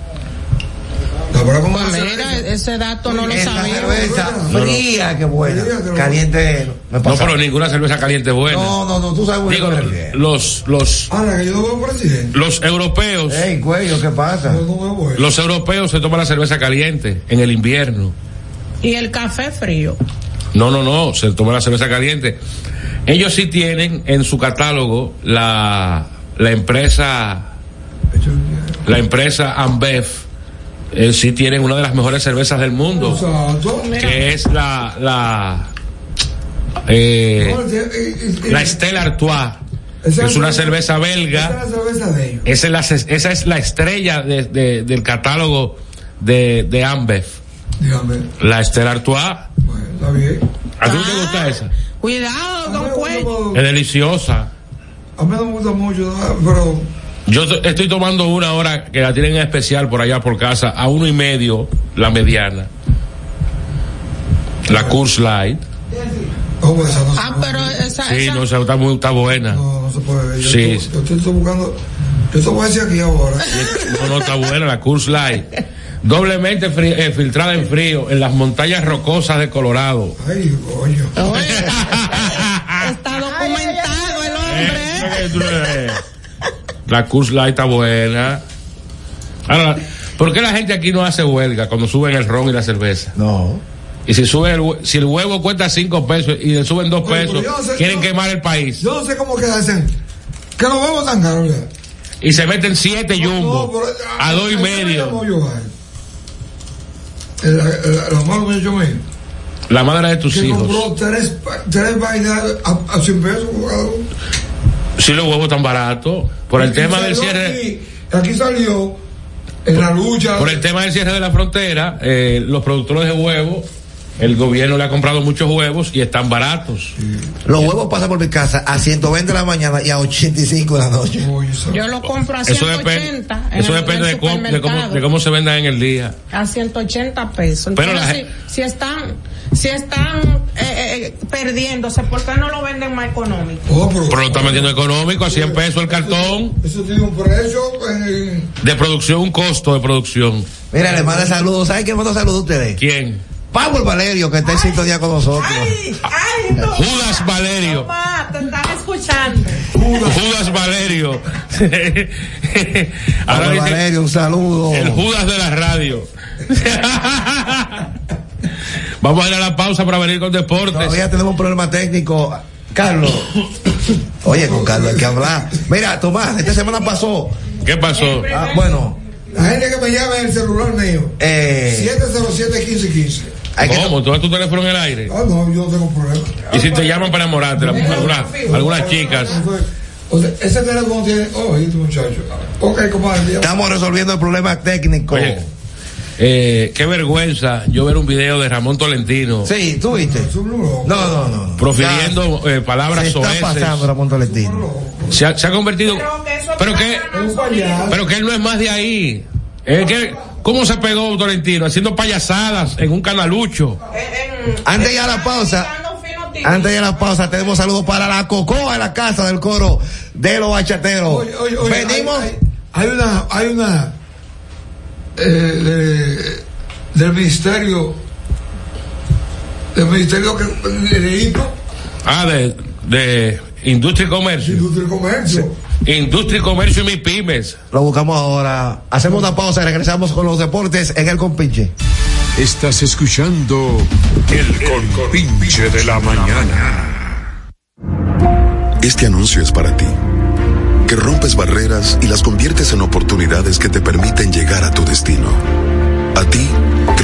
Speaker 3: La brava más
Speaker 4: Pues Mira, ese dato no lo
Speaker 5: Esa
Speaker 4: sabía.
Speaker 5: cerveza
Speaker 3: No, no.
Speaker 5: fría, qué buena.
Speaker 3: Fría, qué buena.
Speaker 5: Caliente. me
Speaker 2: No,
Speaker 5: pasa.
Speaker 2: pero ninguna cerveza caliente es buena.
Speaker 5: no, no, no, tú sabes
Speaker 2: Digo,
Speaker 5: buena. que
Speaker 2: los, los,
Speaker 3: Ahora que yo no veo presidente.
Speaker 2: los europeos,
Speaker 5: es. Ey, cuello, ¿qué pasa?
Speaker 3: Yo no veo bueno.
Speaker 2: los europeos se toman la cerveza caliente en el invierno.
Speaker 4: Y el café frío.
Speaker 2: No, no, no, se toma la cerveza caliente. Ellos sí tienen en su catálogo la, la empresa, la empresa Ambev, eh, sí tienen una de las mejores cervezas del
Speaker 3: O
Speaker 2: mundo,
Speaker 3: sea, yo-
Speaker 2: que es la, la, eh,
Speaker 3: No, eh, eh, eh,
Speaker 2: la Estela Artois,
Speaker 3: esa
Speaker 2: que es una
Speaker 3: la-
Speaker 2: cerveza
Speaker 3: Esa
Speaker 2: belga.
Speaker 3: es la cerveza de ellos.
Speaker 2: Esa es la, esa es la estrella de- de- del catálogo de, de Ambev,
Speaker 3: Dígame.
Speaker 2: la Estela Artois.
Speaker 3: Bueno, está bien.
Speaker 2: ¿A ti te gusta
Speaker 4: Ah,
Speaker 2: esa?
Speaker 4: Cuidado, don Cuello.
Speaker 2: Es deliciosa.
Speaker 3: A mí no me gusta mucho, ¿no? pero
Speaker 2: Yo to- estoy tomando una ahora que la tienen en especial por allá por casa, a uno y medio, la mediana. La Curse Light.
Speaker 3: oh, esa no se
Speaker 4: Ah,
Speaker 3: puede
Speaker 4: pero
Speaker 3: ver.
Speaker 4: esa,
Speaker 2: Sí,
Speaker 4: esa-
Speaker 2: no, esa está, muy, está buena.
Speaker 3: No, no se puede ver. Yo,
Speaker 2: Sí.
Speaker 3: estoy- yo estoy, estoy buscando. Yo te voy a decir aquí ahora.
Speaker 2: No, no, está buena la Curse Light. Doblemente fri- eh, filtrada en frío en las montañas rocosas de Colorado.
Speaker 3: Ay, coño.
Speaker 4: Oye, está documentado el hombre. ¿eh?
Speaker 2: Eh, eh, La Curse Light está buena. Ahora, ¿por qué la gente aquí no hace huelga cuando suben el ron y la cerveza?
Speaker 5: No.
Speaker 2: Y si sube el, hue- si el huevo cuesta cinco pesos y le suben dos
Speaker 3: Oye,
Speaker 2: pesos,
Speaker 3: pero yo no sé-
Speaker 2: quieren
Speaker 3: yo-
Speaker 2: quemar el país.
Speaker 3: Yo no sé cómo que hacen. Que los huevos tan caros ya.
Speaker 2: y se meten siete
Speaker 3: No,
Speaker 2: yumbos
Speaker 3: pero-
Speaker 2: a dos y
Speaker 3: ¿a qué me
Speaker 2: medio.
Speaker 3: llamo yo, vale? El- el- Los malos que yo me.
Speaker 2: La madre de tus
Speaker 3: Que
Speaker 2: hijos.
Speaker 3: compró tres, pa- tres vainas a, a 100 pesos. cada uno.
Speaker 2: Si los huevos tan baratos, por el
Speaker 3: Aquí
Speaker 2: tema del
Speaker 3: salió
Speaker 2: cierre,
Speaker 3: Aquí, aquí salió en la lucha.
Speaker 2: por el tema del cierre de la frontera, eh, los productores de huevos, el gobierno le ha comprado muchos huevos y están baratos.
Speaker 5: Los huevos pasan por mi casa a 120 de la mañana y a 85 de la noche.
Speaker 3: Oye, esa-
Speaker 4: Yo lo compro a
Speaker 2: Eso
Speaker 4: 180.
Speaker 2: depende,
Speaker 4: Ah, en
Speaker 2: eso
Speaker 4: el-
Speaker 2: depende
Speaker 4: en el
Speaker 2: de, cómo, de, cómo,
Speaker 4: supermercado.
Speaker 2: de cómo se vendan en el día.
Speaker 4: a 180 pesos.
Speaker 2: Pero
Speaker 4: Entonces, si,
Speaker 2: la gen-
Speaker 4: si están, si están eh, eh, perdiéndose, ¿por qué no lo venden más económico?
Speaker 3: Oh, pero-
Speaker 2: Pero lo están vendiendo económico, a 100 pesos el cartón,
Speaker 3: Eso tiene un precio. pues, En,
Speaker 2: de producción, un costo de producción.
Speaker 5: Mira, le mando saludos. ¿Saben quién manda saludos a ustedes?
Speaker 2: ¿Quién?
Speaker 5: Pablo Valerio, que está en sintonía con nosotros.
Speaker 4: ¡Ay! ¡Ay! No,
Speaker 2: Judas Valerio.
Speaker 4: Papá, Ah, te están escuchando.
Speaker 2: Judas Valerio. Ahora
Speaker 5: Pablo
Speaker 2: dice,
Speaker 5: Valerio, un saludo.
Speaker 2: el Judas de la radio. Vamos a ir a la pausa para venir con deportes.
Speaker 5: Todavía tenemos un problema técnico. Carlos. Oye, con Carlos hay que hablar. Mira, Tomás, esta semana pasó.
Speaker 2: ¿Qué pasó?
Speaker 5: Ah, bueno,
Speaker 3: la gente que me llama en el celular mío.
Speaker 5: eh,
Speaker 3: 707-1515.
Speaker 5: hay que
Speaker 2: ¿Cómo? ¿Tú das tu teléfono en el aire?
Speaker 3: Ah, no, yo no tengo problema.
Speaker 2: Y si te llaman para enamorarte, la- algunas, algunas chicas.
Speaker 3: O sea, ese teléfono tiene. Oh, este muchacho. Ok, compadre. ya.
Speaker 5: Estamos resolviendo el problema técnico.
Speaker 2: Oye, eh, qué vergüenza yo ver un video de Ramón Tolentino
Speaker 5: Sí, tú viste.
Speaker 3: Es un loco.
Speaker 5: No, no, no. no.
Speaker 2: profiriendo eh,
Speaker 5: Ya se
Speaker 2: palabras
Speaker 5: está pasando
Speaker 2: soeces.
Speaker 5: Ramón Tolentino.
Speaker 2: Se ha, se ha convertido...
Speaker 4: Pero que eso
Speaker 2: Pero
Speaker 4: está
Speaker 2: que...
Speaker 4: ganando
Speaker 3: Es un payaso.
Speaker 2: Pero que él no es más de ahí. Es que, ¿cómo se pegó Tolentino? Haciendo payasadas en un canalucho.
Speaker 5: Antes ya la pausa. Antes de la pausa, tenemos saludos para la Cocoa de la casa del coro de los bachateros.
Speaker 3: Oye, oye,
Speaker 5: Venimos.
Speaker 3: Hay, hay- hay una. Hay una eh, de- del ministerio. Del ministerio que, de, de IPA,
Speaker 2: Ah, de, de Industria y Comercio.
Speaker 3: Industria y Comercio.
Speaker 2: Industria y Comercio y mis pymes.
Speaker 5: Lo buscamos ahora. Hacemos una pausa y regresamos con los deportes en el compinche.
Speaker 6: Estás escuchando el compinche de la mañana.
Speaker 7: Este anuncio es para ti, que rompes barreras y las conviertes en oportunidades que te permiten llegar a tu destino. A ti, que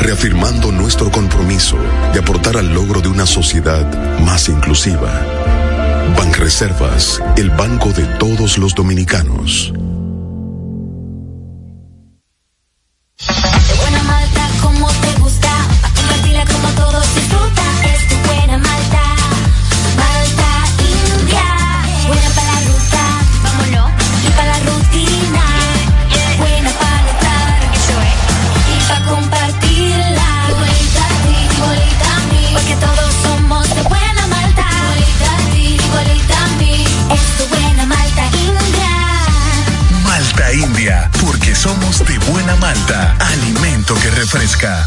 Speaker 7: reafirmando nuestro compromiso de aportar al logro de una sociedad más inclusiva. Banreservas, el banco de todos los dominicanos.
Speaker 8: Qué buena malta, como te gusta. Pa' compartirla como todos disfrutan. Es tu buena malta, malta india. Buena para la ruta, vámonos. Y para la rutina, buena para estar. Y para compartirla. Igualita a ti, igualita a mí. Porque todos somos de buena malta. Igualita a ti, igualita a mí. Es tu buena malta india.
Speaker 11: Malta India, porque somos de buena malta, alimento que refresca.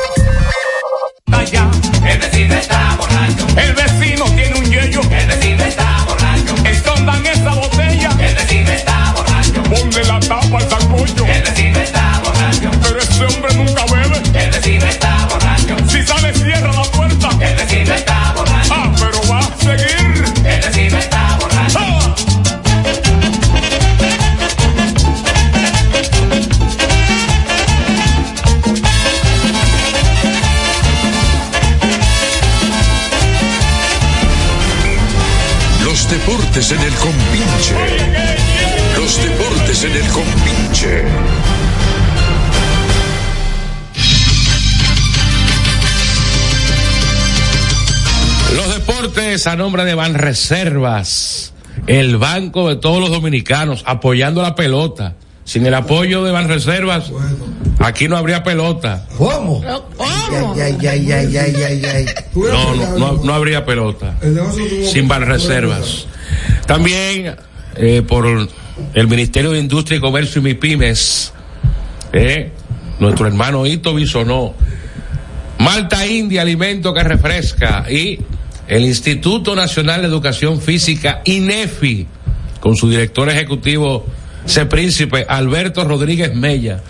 Speaker 12: El vecino está borracho. El vecino tiene un yello. El vecino está borracho. Escondan esa botella. El vecino está borracho. Ponle la tapa al sancocho. El vecino está borracho. Pero ese hombre nunca bebe. El vecino está borracho. Si sale, cierra la puerta. El vecino está borracho. Ah, pero va a seguir. Ah. El vecino está borracho.
Speaker 6: Los deportes en el compinche. Los deportes en el compinche.
Speaker 2: Los deportes a nombre de Van Reservas, el banco de todos los dominicanos, apoyando la pelota. Sin el apoyo de Van Reservas, aquí no habría pelota.
Speaker 3: ¿Cómo?
Speaker 5: Ay, ay, ay, ay, ay, ay, ay.
Speaker 2: No, no, no, no habría pelota. Sin Banreservas. También eh, por el Ministerio de Industria y Comercio y MIPIMES, eh, nuestro hermano Ito Bisonó, Malta India, alimento que refresca, y el Instituto Nacional de Educación Física, INEFI, con su director ejecutivo, ese príncipe Alberto Rodríguez Mella,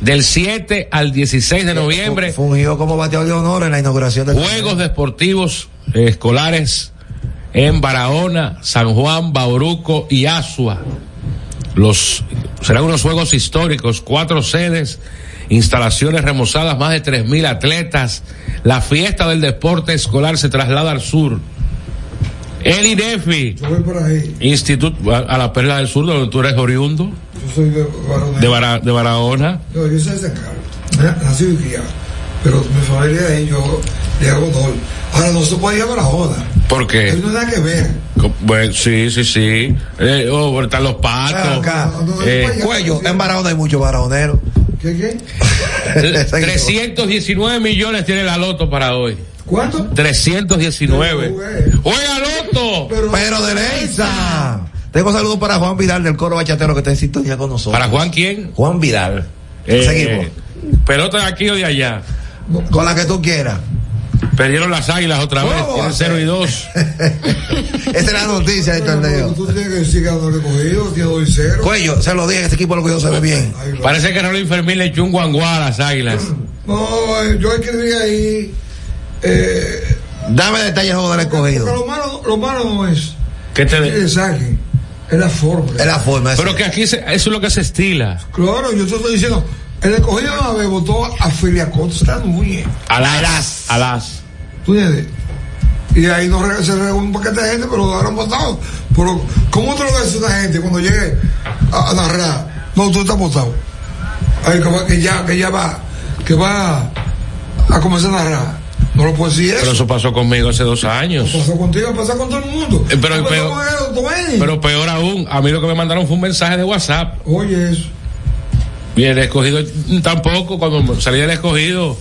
Speaker 2: del 7 al 16 de noviembre.
Speaker 5: Eh, Fungió como bateador de honor en la inauguración del
Speaker 2: Juegos deportivos eh, escolares en Barahona, San Juan, Bauruco y Asua. Los serán unos juegos históricos, cuatro sedes instalaciones remozadas, más de 3.000 atletas. La fiesta del deporte escolar se traslada al sur. El INEFI,
Speaker 3: Yo voy por ahí.
Speaker 2: Instituto a, a la Perla del Sur, donde tú eres oriundo,
Speaker 3: Yo soy de Barón.
Speaker 2: de, Bara- de Barahona.
Speaker 3: No, yo soy de San Carlos. Nacido y criado. Pero mi familia de ahí, yo le hago dol. Ahora no se puede ir a Barahona.
Speaker 2: ¿Por qué?
Speaker 3: No tiene nada que ver.
Speaker 2: Co- Bueno, sí, sí, sí. Eh, oh, están los patos.
Speaker 5: Acá.
Speaker 2: Eh,
Speaker 5: Cuello, en Barahona hay muchos barahoneros.
Speaker 3: ¿Qué, qué?
Speaker 2: 319 millones tiene la loto para hoy.
Speaker 3: ¿Cuánto?
Speaker 2: 319.
Speaker 5: eh.
Speaker 2: ¡Juega loto!
Speaker 5: Pero, de Leisa. Tengo saludos para Juan Vidal del coro bachatero que está en sintonía con nosotros.
Speaker 2: ¿Para Juan quién?
Speaker 5: Juan Vidal.
Speaker 2: Eh,
Speaker 5: Seguimos.
Speaker 2: Pelota de aquí o de allá.
Speaker 5: Con la que tú quieras.
Speaker 2: Perdieron las águilas otra vez.
Speaker 5: ¿Cómo va
Speaker 2: Tienen
Speaker 5: a
Speaker 2: 0 y 2.
Speaker 5: Esa es la noticia del torneo.
Speaker 3: Tú tienes que decir que no recogido, tiene 2 y 0.
Speaker 5: Cuello, se lo dije, este equipo lo cuidó, se ve bien.
Speaker 2: Parece que Rolín Fermín le echó un guanguá a las águilas.
Speaker 3: No, eh, yo escribí ahí. Eh,
Speaker 5: Dame detalles del del
Speaker 3: porque
Speaker 5: escogido.
Speaker 3: lo malo, lo malo no es
Speaker 2: ¿Qué te
Speaker 3: que le saquen, es la forma.
Speaker 5: Es la forma.
Speaker 2: Pero que aquí se- eso es lo que se estila.
Speaker 3: Claro, yo te estoy diciendo, el escogido una vez votó a Filia Costa Núñez.
Speaker 2: Alas. Alas.
Speaker 3: ¿Tú entiendes? Y ahí no re- se reúne un paquete de gente, pero lo habrán votado. Pero, ¿cómo te lo ves a una gente cuando llegue a, a narrar? No, tú estás votado. Ahí que, va- que ya, que ya va, que va a comenzar a narrar. No lo puedo decir
Speaker 2: Pero
Speaker 3: eso.
Speaker 2: eso pasó conmigo hace dos años.
Speaker 3: Pasó contigo, pasa con todo el mundo.
Speaker 2: Eh, pero-
Speaker 3: Pasó
Speaker 2: pero-
Speaker 3: con el dueño.
Speaker 2: Pero peor aún, a mí lo que me mandaron fue un mensaje de WhatsApp.
Speaker 3: Oye, eso.
Speaker 2: Y el escogido mm, tampoco, cuando salí del escogido.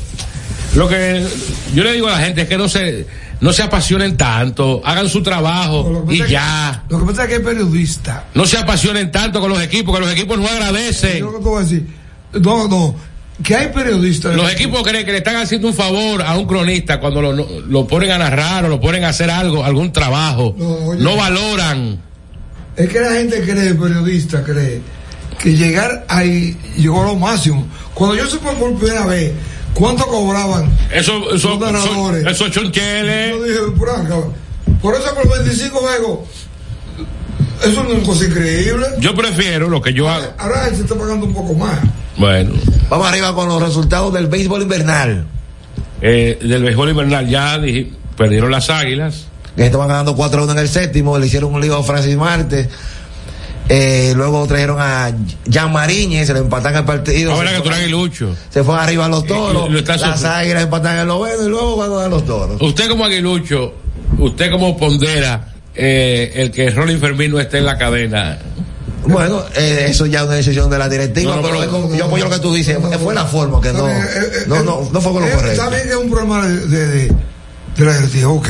Speaker 2: Lo que yo le digo a la gente es que no se, no se apasionen tanto, hagan su trabajo y ya.
Speaker 3: Lo que pasa es que es periodista.
Speaker 2: No se apasionen tanto con los equipos, que los equipos no agradecen.
Speaker 3: Yo lo que te voy a decir. No, no. Que hay periodistas.
Speaker 2: Los equipos creen que le están haciendo un favor a un cronista cuando lo, lo ponen a narrar o lo ponen a hacer algo, algún trabajo.
Speaker 3: No, oye.
Speaker 2: no valoran.
Speaker 3: Es que la gente cree, periodista cree, que llegar ahí llegó a lo máximo. Cuando yo supe por primera vez cuánto cobraban
Speaker 2: Eso, eso,
Speaker 3: los ganadores.
Speaker 2: eso, eso es chunchele.
Speaker 3: Yo dije, por acá, por eso por 25 juegos, eso es una cosa increíble.
Speaker 2: Yo prefiero lo que yo hago.
Speaker 3: Ahora se está pagando un poco más.
Speaker 2: Bueno.
Speaker 5: Vamos arriba con los resultados del béisbol invernal.
Speaker 2: Eh, del béisbol invernal ya dije, perdieron las águilas.
Speaker 5: que estaban ganando 4-1 en el séptimo, le hicieron un lío a Francis Martes. Eh, luego trajeron a Jan Mariñez, se le empatan el partido.
Speaker 2: Ahora
Speaker 5: Se
Speaker 2: que tú
Speaker 5: fue-
Speaker 2: eres aguilucho.
Speaker 5: se fue arriba a los toros,
Speaker 2: Y- y lo está
Speaker 5: las
Speaker 2: sufriendo.
Speaker 5: águilas empatan el noveno y luego van a los toros.
Speaker 2: Usted como aguilucho, usted como pondera eh, el que Rolling Fermín no esté en la cadena.
Speaker 5: Bueno, eh, eso ya es una decisión de la directiva,
Speaker 2: No, no,
Speaker 5: pero,
Speaker 2: pero-
Speaker 5: es como- yo apoyo lo que tú dices, eh, fue la forma que no,
Speaker 3: Está bien, eh, eh,
Speaker 5: no, no, no fue con lo
Speaker 3: eh, Está
Speaker 5: correcto.
Speaker 3: bien que es un problema de, de, de- de la directiva, ok.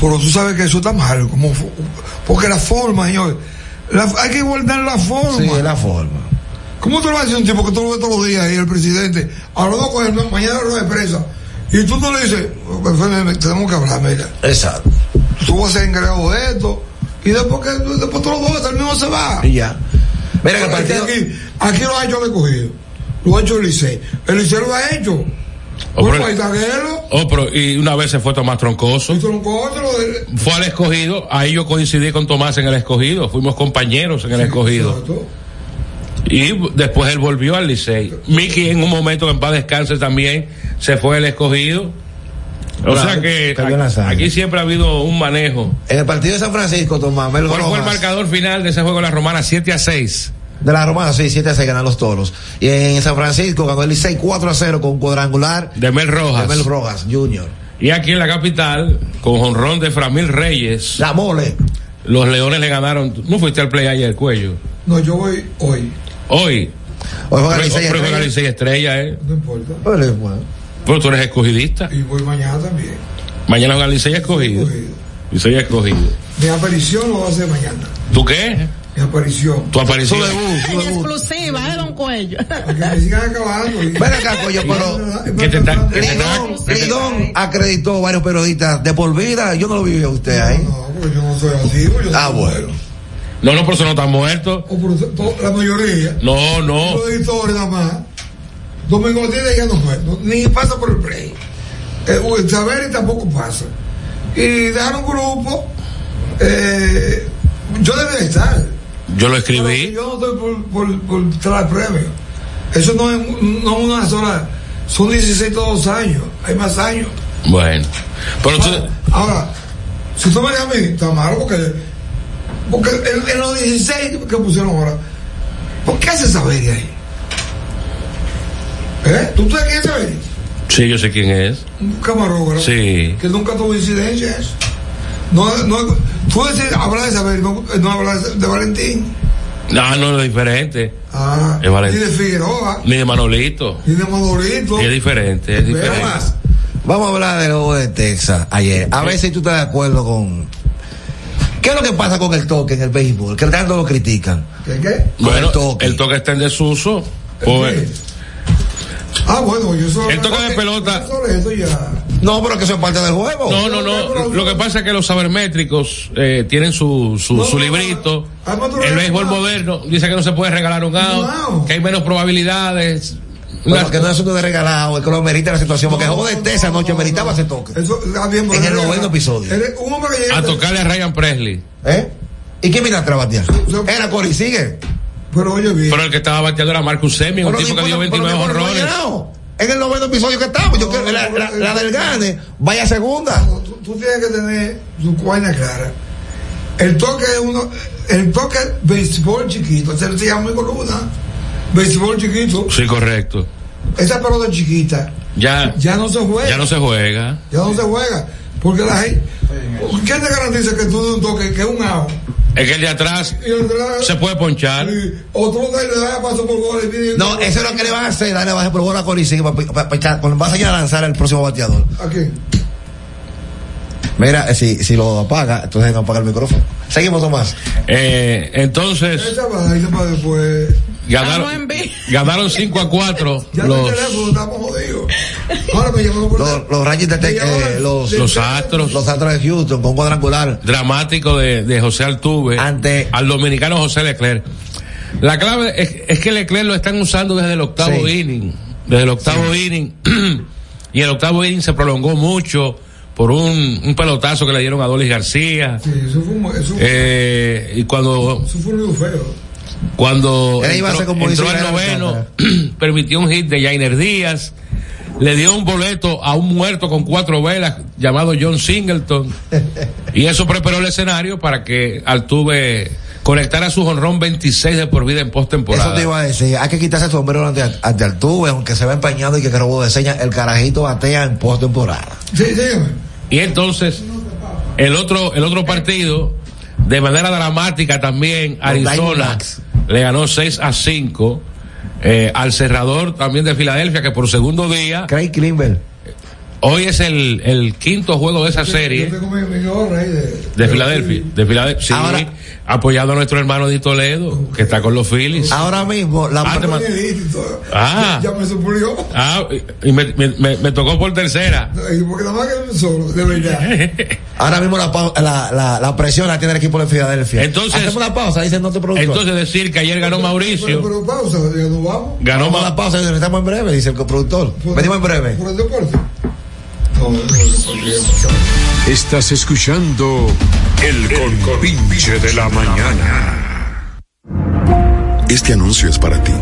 Speaker 3: Pero tú sabes que eso está mal. Como, fo- porque la forma, señor. la- hay que guardar la forma.
Speaker 5: Sí, es la forma.
Speaker 3: ¿Cómo te lo va a decir un tipo que tú lo ves todos los días ahí, el presidente, hablando con él, no, mañana lo expresa? Y tú no le dices, "Fernando, tenemos que hablar, mira,
Speaker 5: Exacto.
Speaker 3: tú vas a ser encargado de esto, y después, que, después tú lo votas, el mismo se va.
Speaker 5: Y ya. Mira que el
Speaker 3: Porque
Speaker 5: partido.
Speaker 3: aquí, aquí lo ha hecho el escogido, lo ha hecho el Licey, el Licey lo ha hecho. Pues,
Speaker 2: Oh,
Speaker 3: Un
Speaker 2: pero-
Speaker 3: paitaguero,
Speaker 2: Oh, pero, y una vez se fue Tomás Troncoso.
Speaker 3: un coche, lo del-
Speaker 2: Fue al escogido, ahí yo coincidí con Tomás en el escogido, fuimos compañeros en el escogido.
Speaker 3: Exacto.
Speaker 2: Y después él volvió al Licey. Mickey en un momento que en paz descanse también se fue el escogido. O
Speaker 5: Claro,
Speaker 2: sea que
Speaker 5: cayó en la
Speaker 2: aquí,
Speaker 5: sangre.
Speaker 2: siempre ha habido un manejo.
Speaker 5: En el partido de San Francisco, Tomás Mel
Speaker 2: ¿Cuál fue el
Speaker 5: Rojas,
Speaker 2: marcador final de ese juego de la Romana? 7 a 6.
Speaker 5: De la Romana, sí, 7 a 6 ganan los toros. Y en San Francisco ganó el Licey 4 a 0 con un cuadrangular
Speaker 2: De Mel Rojas.
Speaker 5: de Mel Rojas Jr.
Speaker 2: Y aquí en la capital, con jonrón de Framil Reyes,
Speaker 5: La mole.
Speaker 2: los Leones le ganaron. ¿Tú No fuiste al play ayer, cuello.
Speaker 3: No, yo voy hoy,
Speaker 2: Hoy.
Speaker 5: Hoy juega el
Speaker 2: Hoy
Speaker 5: Licey.
Speaker 2: hoy juega
Speaker 5: Estrella.
Speaker 2: Licey Estrella, ¿eh?
Speaker 3: no importa.
Speaker 5: Bueno, bueno.
Speaker 2: Pero tú eres escogidista.
Speaker 3: Y voy mañana también.
Speaker 2: Mañana juega Licey Escogido.
Speaker 3: Escogido.
Speaker 2: Licey Escogido.
Speaker 3: Mi aparición lo va a hacer mañana.
Speaker 2: ¿Tú qué?
Speaker 3: Mi aparición.
Speaker 2: ¿Tu aparición?
Speaker 4: En exclusiva, ¿eh, don Cuello?
Speaker 3: Porque me sigan acabando. y-
Speaker 5: Ven acá, coño, pero.
Speaker 2: ¿Qué te están- qué te están-
Speaker 5: Lidón, Lidón acreditó varios periodistas de por vida. Yo no lo vi a usted ahí.
Speaker 3: No, porque yo no soy así. Yo soy
Speaker 5: Ah, bueno.
Speaker 2: No, no, por eso no está muerto.
Speaker 3: O por to- la mayoría.
Speaker 2: No, no.
Speaker 3: Los editores nada más. Domingo Martínez ya no fue. no- ni pasa por el play. Eh, Uy, Saveri tampoco pasa. Y dejaron un grupo. eh, yo debía estar.
Speaker 2: Yo lo
Speaker 3: Pero
Speaker 2: escribí.
Speaker 3: Yo no estoy por, por, por traer premios. Eso no es no es una sola, son 16 todos los años, hay más años.
Speaker 2: Bueno. Pero tú-
Speaker 3: Ahora, si usted me deja a mí, está malo porque, porque en, en los 16 que pusieron ahora, ¿por qué hace saber de ahí? ¿Eh? ¿Tú te quieres saber?
Speaker 2: sí, yo sé quién es.
Speaker 3: Un camarógrafo.
Speaker 2: Sí.
Speaker 3: Que nunca tuvo incidencia eso. No, no, tú decís, hablas de saber, no, no hablas de, de Valentín.
Speaker 2: No, no, es diferente.
Speaker 3: Ah,
Speaker 2: Es Valentín.
Speaker 3: Ni de Figueroa,
Speaker 2: Ni de Manolito.
Speaker 3: ni de Madurito.
Speaker 2: Es diferente, es diferente.
Speaker 5: Vamos a hablar del lobo de Texas ayer. A ver si tú estás de acuerdo con. ¿Qué es lo que pasa con el toque en el béisbol? Que tanto lo critican.
Speaker 3: ¿Qué, qué?
Speaker 2: Bueno, el toque. está en desuso. Pues,
Speaker 3: Ah, bueno, yo solo.
Speaker 2: El toque de pelota.
Speaker 5: No, pero que eso es parte del juego.
Speaker 2: No, no, no. Lo que pasa es que los sabermétricos eh, tienen su, su, su librito.
Speaker 3: Ah,
Speaker 2: El béisbol moderno dice que no se puede regalar un out, que hay menos probabilidades.
Speaker 5: Bueno, que no es asunto de regalado, es que lo merita la situación. Porque el juego de Texas anoche meritaba ese toque.
Speaker 3: ah,
Speaker 5: en el noveno episodio.
Speaker 3: Un hombre que llega
Speaker 2: A tocarle a Ryan Presley.
Speaker 5: ¿Eh? ¿Y quién viene atrás a batear? Era Corey Sigue.
Speaker 3: Pero oye bien.
Speaker 2: Pero el que estaba bateando era Marcus Semi, un
Speaker 5: Pero
Speaker 2: tipo que dio 29
Speaker 5: Pero no
Speaker 2: horrores.
Speaker 5: llenado. En el noveno episodio que estamos. Yo quiero- la, la- la del Gane vaya a segunda.
Speaker 3: tú, tú tienes que tener tu cuaina clara. El toque es uno, el toque es béisbol chiquito, se le llama mi columna. Béisbol chiquito,
Speaker 2: Sí, correcto.
Speaker 3: esa pelota chiquita,
Speaker 2: Ya,
Speaker 3: ya no se juega.
Speaker 2: ya no se juega.
Speaker 3: ya no se juega. Porque la gente, ¿quién te garantiza que tú de un toque, que es un out?
Speaker 2: Es que el de atrás
Speaker 3: Y el de la-
Speaker 2: se puede ponchar.
Speaker 3: otro de le da paso por gol y pide-
Speaker 5: No, eso es lo que le van a hacer. Dale, baje por bola a Corey Sigue. pa- pa- pa- pa- echar- cuando Vas a ir a lanzar al próximo bateador.
Speaker 3: ¿A quién?
Speaker 5: Mira, eh, si, si lo apaga, entonces no apaga el micrófono. Seguimos, Tomás.
Speaker 2: Eh, entonces,
Speaker 3: Esa vaina para después.
Speaker 2: ganaron, ganaron 5 a 4
Speaker 3: Ya
Speaker 2: los,
Speaker 3: el teléfono estamos jodidos. Ahora me llamó por
Speaker 5: Los, los Rangers de Texas, eh, los,
Speaker 2: los astros.
Speaker 5: los Astros de Houston con cuadrangular.
Speaker 2: dramático de, de José Altuve al dominicano José Leclerc. La clave es, es que Leclerc lo están usando desde el octavo inning. Desde el octavo inning. y el octavo inning se prolongó mucho por un, un pelotazo que le dieron a Dolis García.
Speaker 3: Eso fue un, eso,
Speaker 2: Eh, y cuando,
Speaker 3: eso fue un lío feo.
Speaker 2: cuando
Speaker 3: Él iba a
Speaker 2: entró,
Speaker 3: ser como
Speaker 2: entró
Speaker 3: dice
Speaker 2: al
Speaker 3: Israel
Speaker 2: noveno, permitió un hit de Jainer Díaz. Le dio un boleto a un muerto con cuatro velas llamado John Singleton. Y eso preparó el escenario para que Altuve conectara su honrón 26 de por vida en
Speaker 5: Eso te
Speaker 2: postemporada.
Speaker 5: iba a decir. Hay que quitarse el sombrero ante, ante Altuve, aunque se va empañado y que, que robó de señas. El carajito batea en postemporada.
Speaker 2: Y entonces, el otro, el otro partido, de manera dramática también, Arizona
Speaker 5: Diamondbacks.
Speaker 2: le ganó 6 a 5 eh, al cerrador también de Filadelfia, que por segundo día,
Speaker 5: Craig Klimber.
Speaker 2: hoy es el, el quinto juego de esa serie.
Speaker 3: Yo tengo mi, mi gorra ahí de.
Speaker 2: De Filadelfia, de Filadelfia, sí, apoyado a nuestro hermano Di Toledo, que está con los Phillies.
Speaker 5: Ahora mismo, la
Speaker 2: Ah, te ma- Ah.
Speaker 3: Ah. Ya, ya me suplió.
Speaker 2: Ah, y me, me- me- me tocó por tercera.
Speaker 3: Ay, Porque nada más que solo, de verdad.
Speaker 5: Ahora mismo la, pau- la, la, la presión la tiene el equipo de Filadelfia.
Speaker 2: Entonces-
Speaker 5: Hacemos una pausa, dicen no te preocupes.
Speaker 2: Entonces decir que ayer ganó
Speaker 3: Pero,
Speaker 2: Mauricio,
Speaker 3: pero pausa, ya nos vamos.
Speaker 2: ganó
Speaker 5: Vamos a
Speaker 2: Ma-
Speaker 5: la pausa, estamos en breve, dice el coproductor. Venimos en breve.
Speaker 3: Por el deporte.
Speaker 6: Estás escuchando El Compinche de la Mañana.
Speaker 7: Este anuncio es para ti,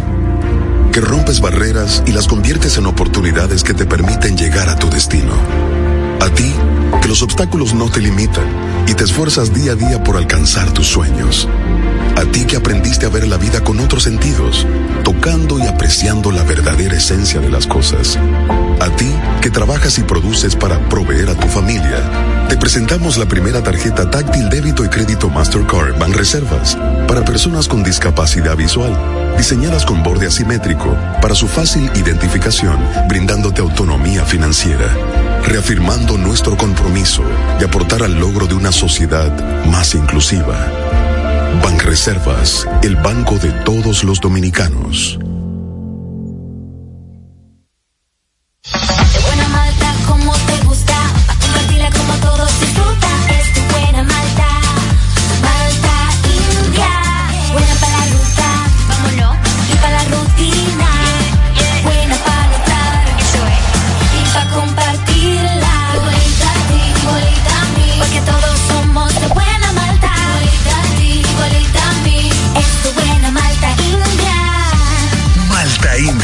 Speaker 7: que rompes barreras y las conviertes en oportunidades que te permiten llegar a tu destino. A ti, que los obstáculos no te limitan y te esfuerzas día a día por alcanzar tus sueños. A ti que aprendiste a ver la vida con otros sentidos, tocando y apreciando la verdadera esencia de las cosas. A ti que trabajas y produces para proveer a tu familia, te presentamos la primera tarjeta táctil débito y crédito Mastercard Banreservas para personas con discapacidad visual, diseñadas con borde asimétrico para su fácil identificación, brindándote autonomía financiera, reafirmando nuestro compromiso de aportar al logro de una sociedad más inclusiva. Banreservas, el banco de todos los dominicanos.
Speaker 8: De buena malta como te gusta, pa' compartirla como todos disfrutan. Es tu buena malta, malta india. Buena para la ruta, vámonos, y para la rutina. Buena para notar, eso es. Y para compartirla. Igualita a ti, igualita a mí. Porque todos somos de buena malta. Igualita a ti, igualita a mí. Es tu buena malta india.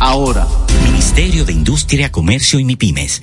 Speaker 13: ahora.
Speaker 14: Ministerio de Industria, Comercio y MIPIMES.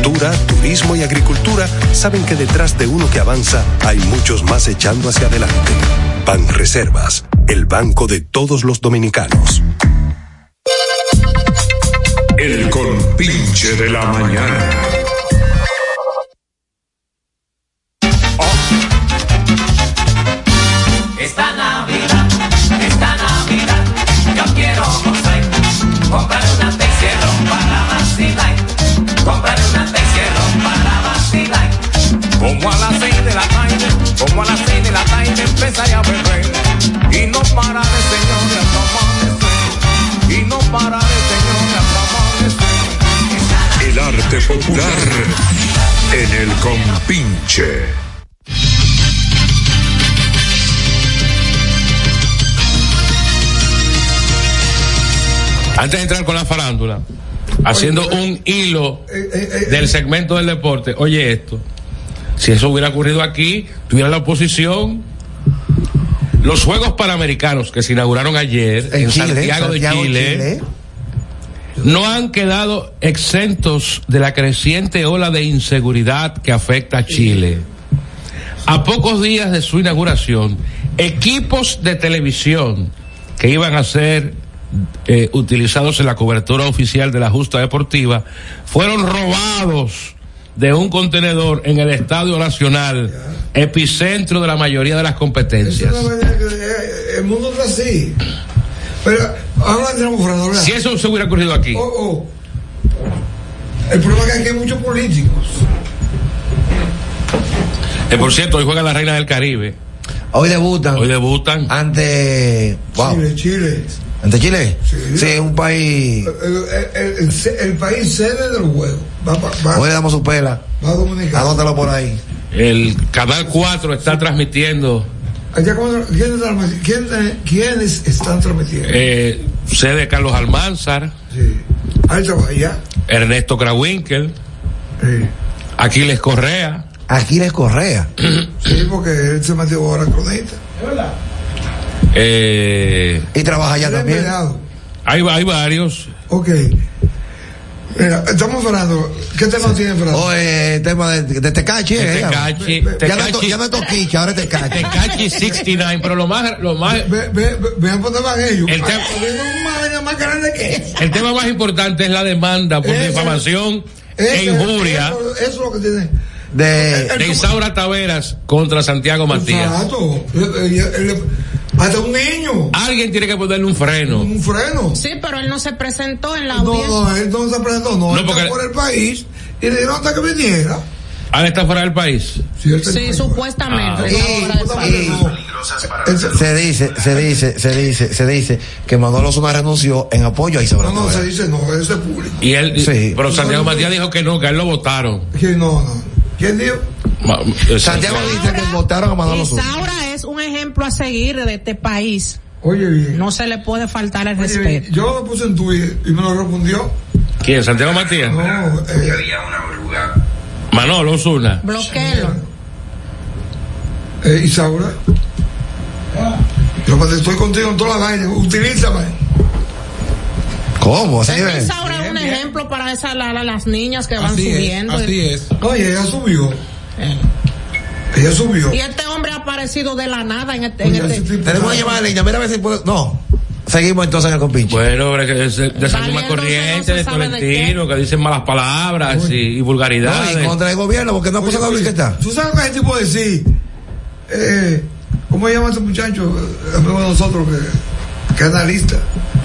Speaker 10: cultura, turismo y agricultura saben que detrás de uno que avanza hay muchos más echando hacia adelante. Banreservas, el banco de todos los dominicanos.
Speaker 6: El compinche de la mañana.
Speaker 12: Esta Navidad, esta Navidad, yo quiero gozar. Comprar una Texelón para vacilar. Comprar una Texelón para vacilar. Como a las seis de la tarde, como a las seis de la tarde empieza ya a beber. Y no para de señor hasta amanecer. Y no para de señor
Speaker 6: El arte popular en el compinche.
Speaker 2: Antes de entrar con la farándula, haciendo un hilo del segmento del deporte, oye esto, si eso hubiera ocurrido aquí, tuviera la oposición. Los Juegos Panamericanos que se inauguraron ayer en,
Speaker 15: Chile,
Speaker 2: Santiago, de
Speaker 15: Santiago,
Speaker 2: Chile,
Speaker 15: Chile.
Speaker 2: no han quedado exentos de la creciente ola de inseguridad que afecta a Chile. A pocos días de su inauguración, equipos de televisión que iban a ser eh, utilizados en la cobertura oficial de la justa deportiva fueron robados de un contenedor en el Estadio Nacional, epicentro de la mayoría de las competencias.
Speaker 3: eh, El mundo está así. Pero ahora tenemos Fernando
Speaker 2: Si eso se hubiera ocurrido aquí,
Speaker 3: Oh, oh. El problema es que aquí hay muchos políticos.
Speaker 2: Eh, por cierto, hoy juega la Reina del Caribe.
Speaker 5: Hoy debutan. Hoy
Speaker 2: debutan.
Speaker 5: Ante. Wow.
Speaker 3: Chile, Chile.
Speaker 5: ¿Ante Chile? Sí. es un país.
Speaker 3: El, el- el- el país sede del juego. Va, pa- va-
Speaker 5: Hoy le damos su pela.
Speaker 3: va a Dominicana.
Speaker 5: Anótalo por ahí.
Speaker 2: El Canal 4 está transmitiendo
Speaker 3: Allá cuando- ¿quién está transmiti- quién- ¿Quiénes están transmitiendo?
Speaker 2: eh, sede Carlos Almanzar,
Speaker 3: Ahí está, allá.
Speaker 2: Ernesto Krawinkel, Aquiles Correa.
Speaker 5: Aquiles Correa.
Speaker 3: Sí, porque él se metió ahora cronista.
Speaker 2: Eh,
Speaker 5: y trabaja allá también.
Speaker 2: Hay, va- hay varios.
Speaker 3: Ok. Mira, estamos hablando. ¿Qué tema tiene Fernando?
Speaker 5: Oye, el eh, tema de, de Tecachi.
Speaker 2: De
Speaker 5: eh, ya.
Speaker 2: Tecachi,
Speaker 5: Ya no
Speaker 2: Tecachi.
Speaker 5: es to- ya no es Toquicha, ahora es Tecachi.
Speaker 2: Tecachi 69, pero lo más. Lo más El, te-
Speaker 3: más grande que
Speaker 2: el tema más importante es la demanda por
Speaker 3: Ese-
Speaker 2: difamación e
Speaker 3: Ese-
Speaker 2: injuria
Speaker 3: Eso, eso es lo que tiene.
Speaker 5: de,
Speaker 2: de Isaura Taveras contra Santiago Matías.
Speaker 3: Exacto. Eh, eh, eh, Hasta un niño.
Speaker 2: Alguien tiene que ponerle un freno.
Speaker 3: Un freno.
Speaker 4: Sí, pero él no se presentó en la
Speaker 3: No,
Speaker 4: audiencia.
Speaker 3: no, él no se presentó, no.
Speaker 2: No,
Speaker 3: él está
Speaker 2: porque-
Speaker 3: por el país y le dieron hasta que viniera.
Speaker 2: Ahora está fuera del país.
Speaker 4: Sí, supuestamente.
Speaker 2: Ah.
Speaker 4: está fuera del país.
Speaker 5: Se dice, se dice, se dice, se dice que Manolo Zuna renunció en apoyo a Isabel.
Speaker 3: No, se dice no, eso es público.
Speaker 2: Y él,
Speaker 5: Sí.
Speaker 2: pero Santiago Matías dijo que no, que a él lo votaron.
Speaker 3: Que no, no. ¿Quién dijo?
Speaker 5: Santiago dice que votaron a Manolo Zuna.
Speaker 4: Isaura es un ejemplo a seguir de este país.
Speaker 3: Oye, bien.
Speaker 4: No se le puede faltar el
Speaker 3: Oye,
Speaker 4: respeto.
Speaker 3: Yo lo puse en Twitter y me lo respondió.
Speaker 2: ¿Quién? Santiago Matías.
Speaker 3: No, eh,
Speaker 2: Manolo Osuna.
Speaker 4: Bloquéelo.
Speaker 3: eh, Isaura. Yo pues, estoy contigo en todas las vainas. Utilízame.
Speaker 5: ¿Cómo?
Speaker 4: Es que Isaura es un ejemplo para esa, la- la- las niñas que van subiendo.
Speaker 3: Oye, ella subió. Ella subió.
Speaker 4: Y este hombre ha aparecido de la nada en este. en este-
Speaker 5: Tenemos una llamada de línea, mira a ver si puede. No. Seguimos entonces en el compinche.
Speaker 2: Bueno, pero que se- de esa misma corriente, de Tolentino, que dicen malas palabras y, y vulgaridades.
Speaker 5: No, y contra el gobierno, porque no ha acusado a Luis que está.
Speaker 3: ¿Tú sabes lo que ese tipo decir? Eh, ¿Cómo se llama ese muchacho? eh, Amigo de nosotros que, que es analista.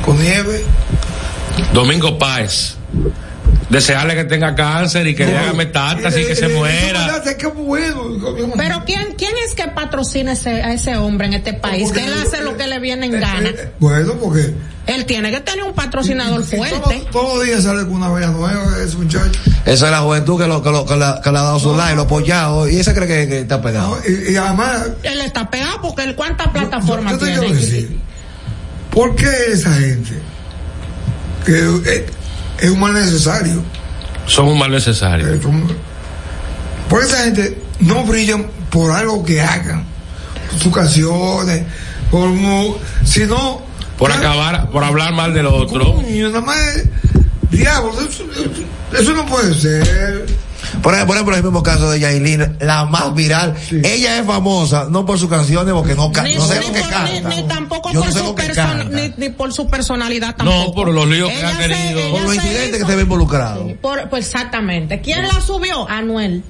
Speaker 3: Con nieve.
Speaker 2: Domingo Páez. Desearle que tenga cáncer y que le haga metástasis y que se muera.
Speaker 4: Pero ¿quién, quién es que patrocina ese, a ese hombre en este país? Que él hace lo que le viene
Speaker 3: eh,
Speaker 4: en gana.
Speaker 3: Bueno, porque
Speaker 4: Él tiene que tener un patrocinador fuerte.
Speaker 3: todos los días sale con una bella nueva ese muchacho.
Speaker 5: Esa es la juventud que, lo, que, lo- que la- que le ha dado su like, lo ha apoyado, y esa cree que, que está pegado.
Speaker 3: Y, y además,
Speaker 4: Él está pegado porque él cuántas plataformas
Speaker 3: yo te quiero
Speaker 4: tiene.
Speaker 3: decir, ¿por qué esa gente que eh, es un mal necesario?
Speaker 2: Son un mal necesario.
Speaker 3: ¿Por qué esa gente no brillan por algo que hagan? Sus canciones, por mu- si no,
Speaker 2: Por acabar, por hablar mal del otro.
Speaker 3: coño, nada más, es- diablo, eso, eso no puede ser.
Speaker 5: Por ej- por ejemplo, el mismo caso de Yailin, la más viral. Ella es famosa, no por sus canciones, porque no, ca-
Speaker 4: Ni,
Speaker 5: no sé
Speaker 4: ni
Speaker 5: lo que
Speaker 4: por-
Speaker 5: canta.
Speaker 4: ni- ni tampoco
Speaker 5: Yo
Speaker 4: por
Speaker 5: no sé
Speaker 4: su
Speaker 5: lo que
Speaker 4: persona-
Speaker 5: canta.
Speaker 4: ni, ni por su personalidad
Speaker 5: No,
Speaker 4: tampoco.
Speaker 5: por los líos que
Speaker 4: Ella
Speaker 5: ha
Speaker 4: se-
Speaker 5: querido.
Speaker 4: ella
Speaker 5: Por los
Speaker 4: se
Speaker 5: incidentes que
Speaker 4: hizo-
Speaker 5: se ve involucrado.
Speaker 4: Por- pues exactamente. ¿Quién la subió? Anuel.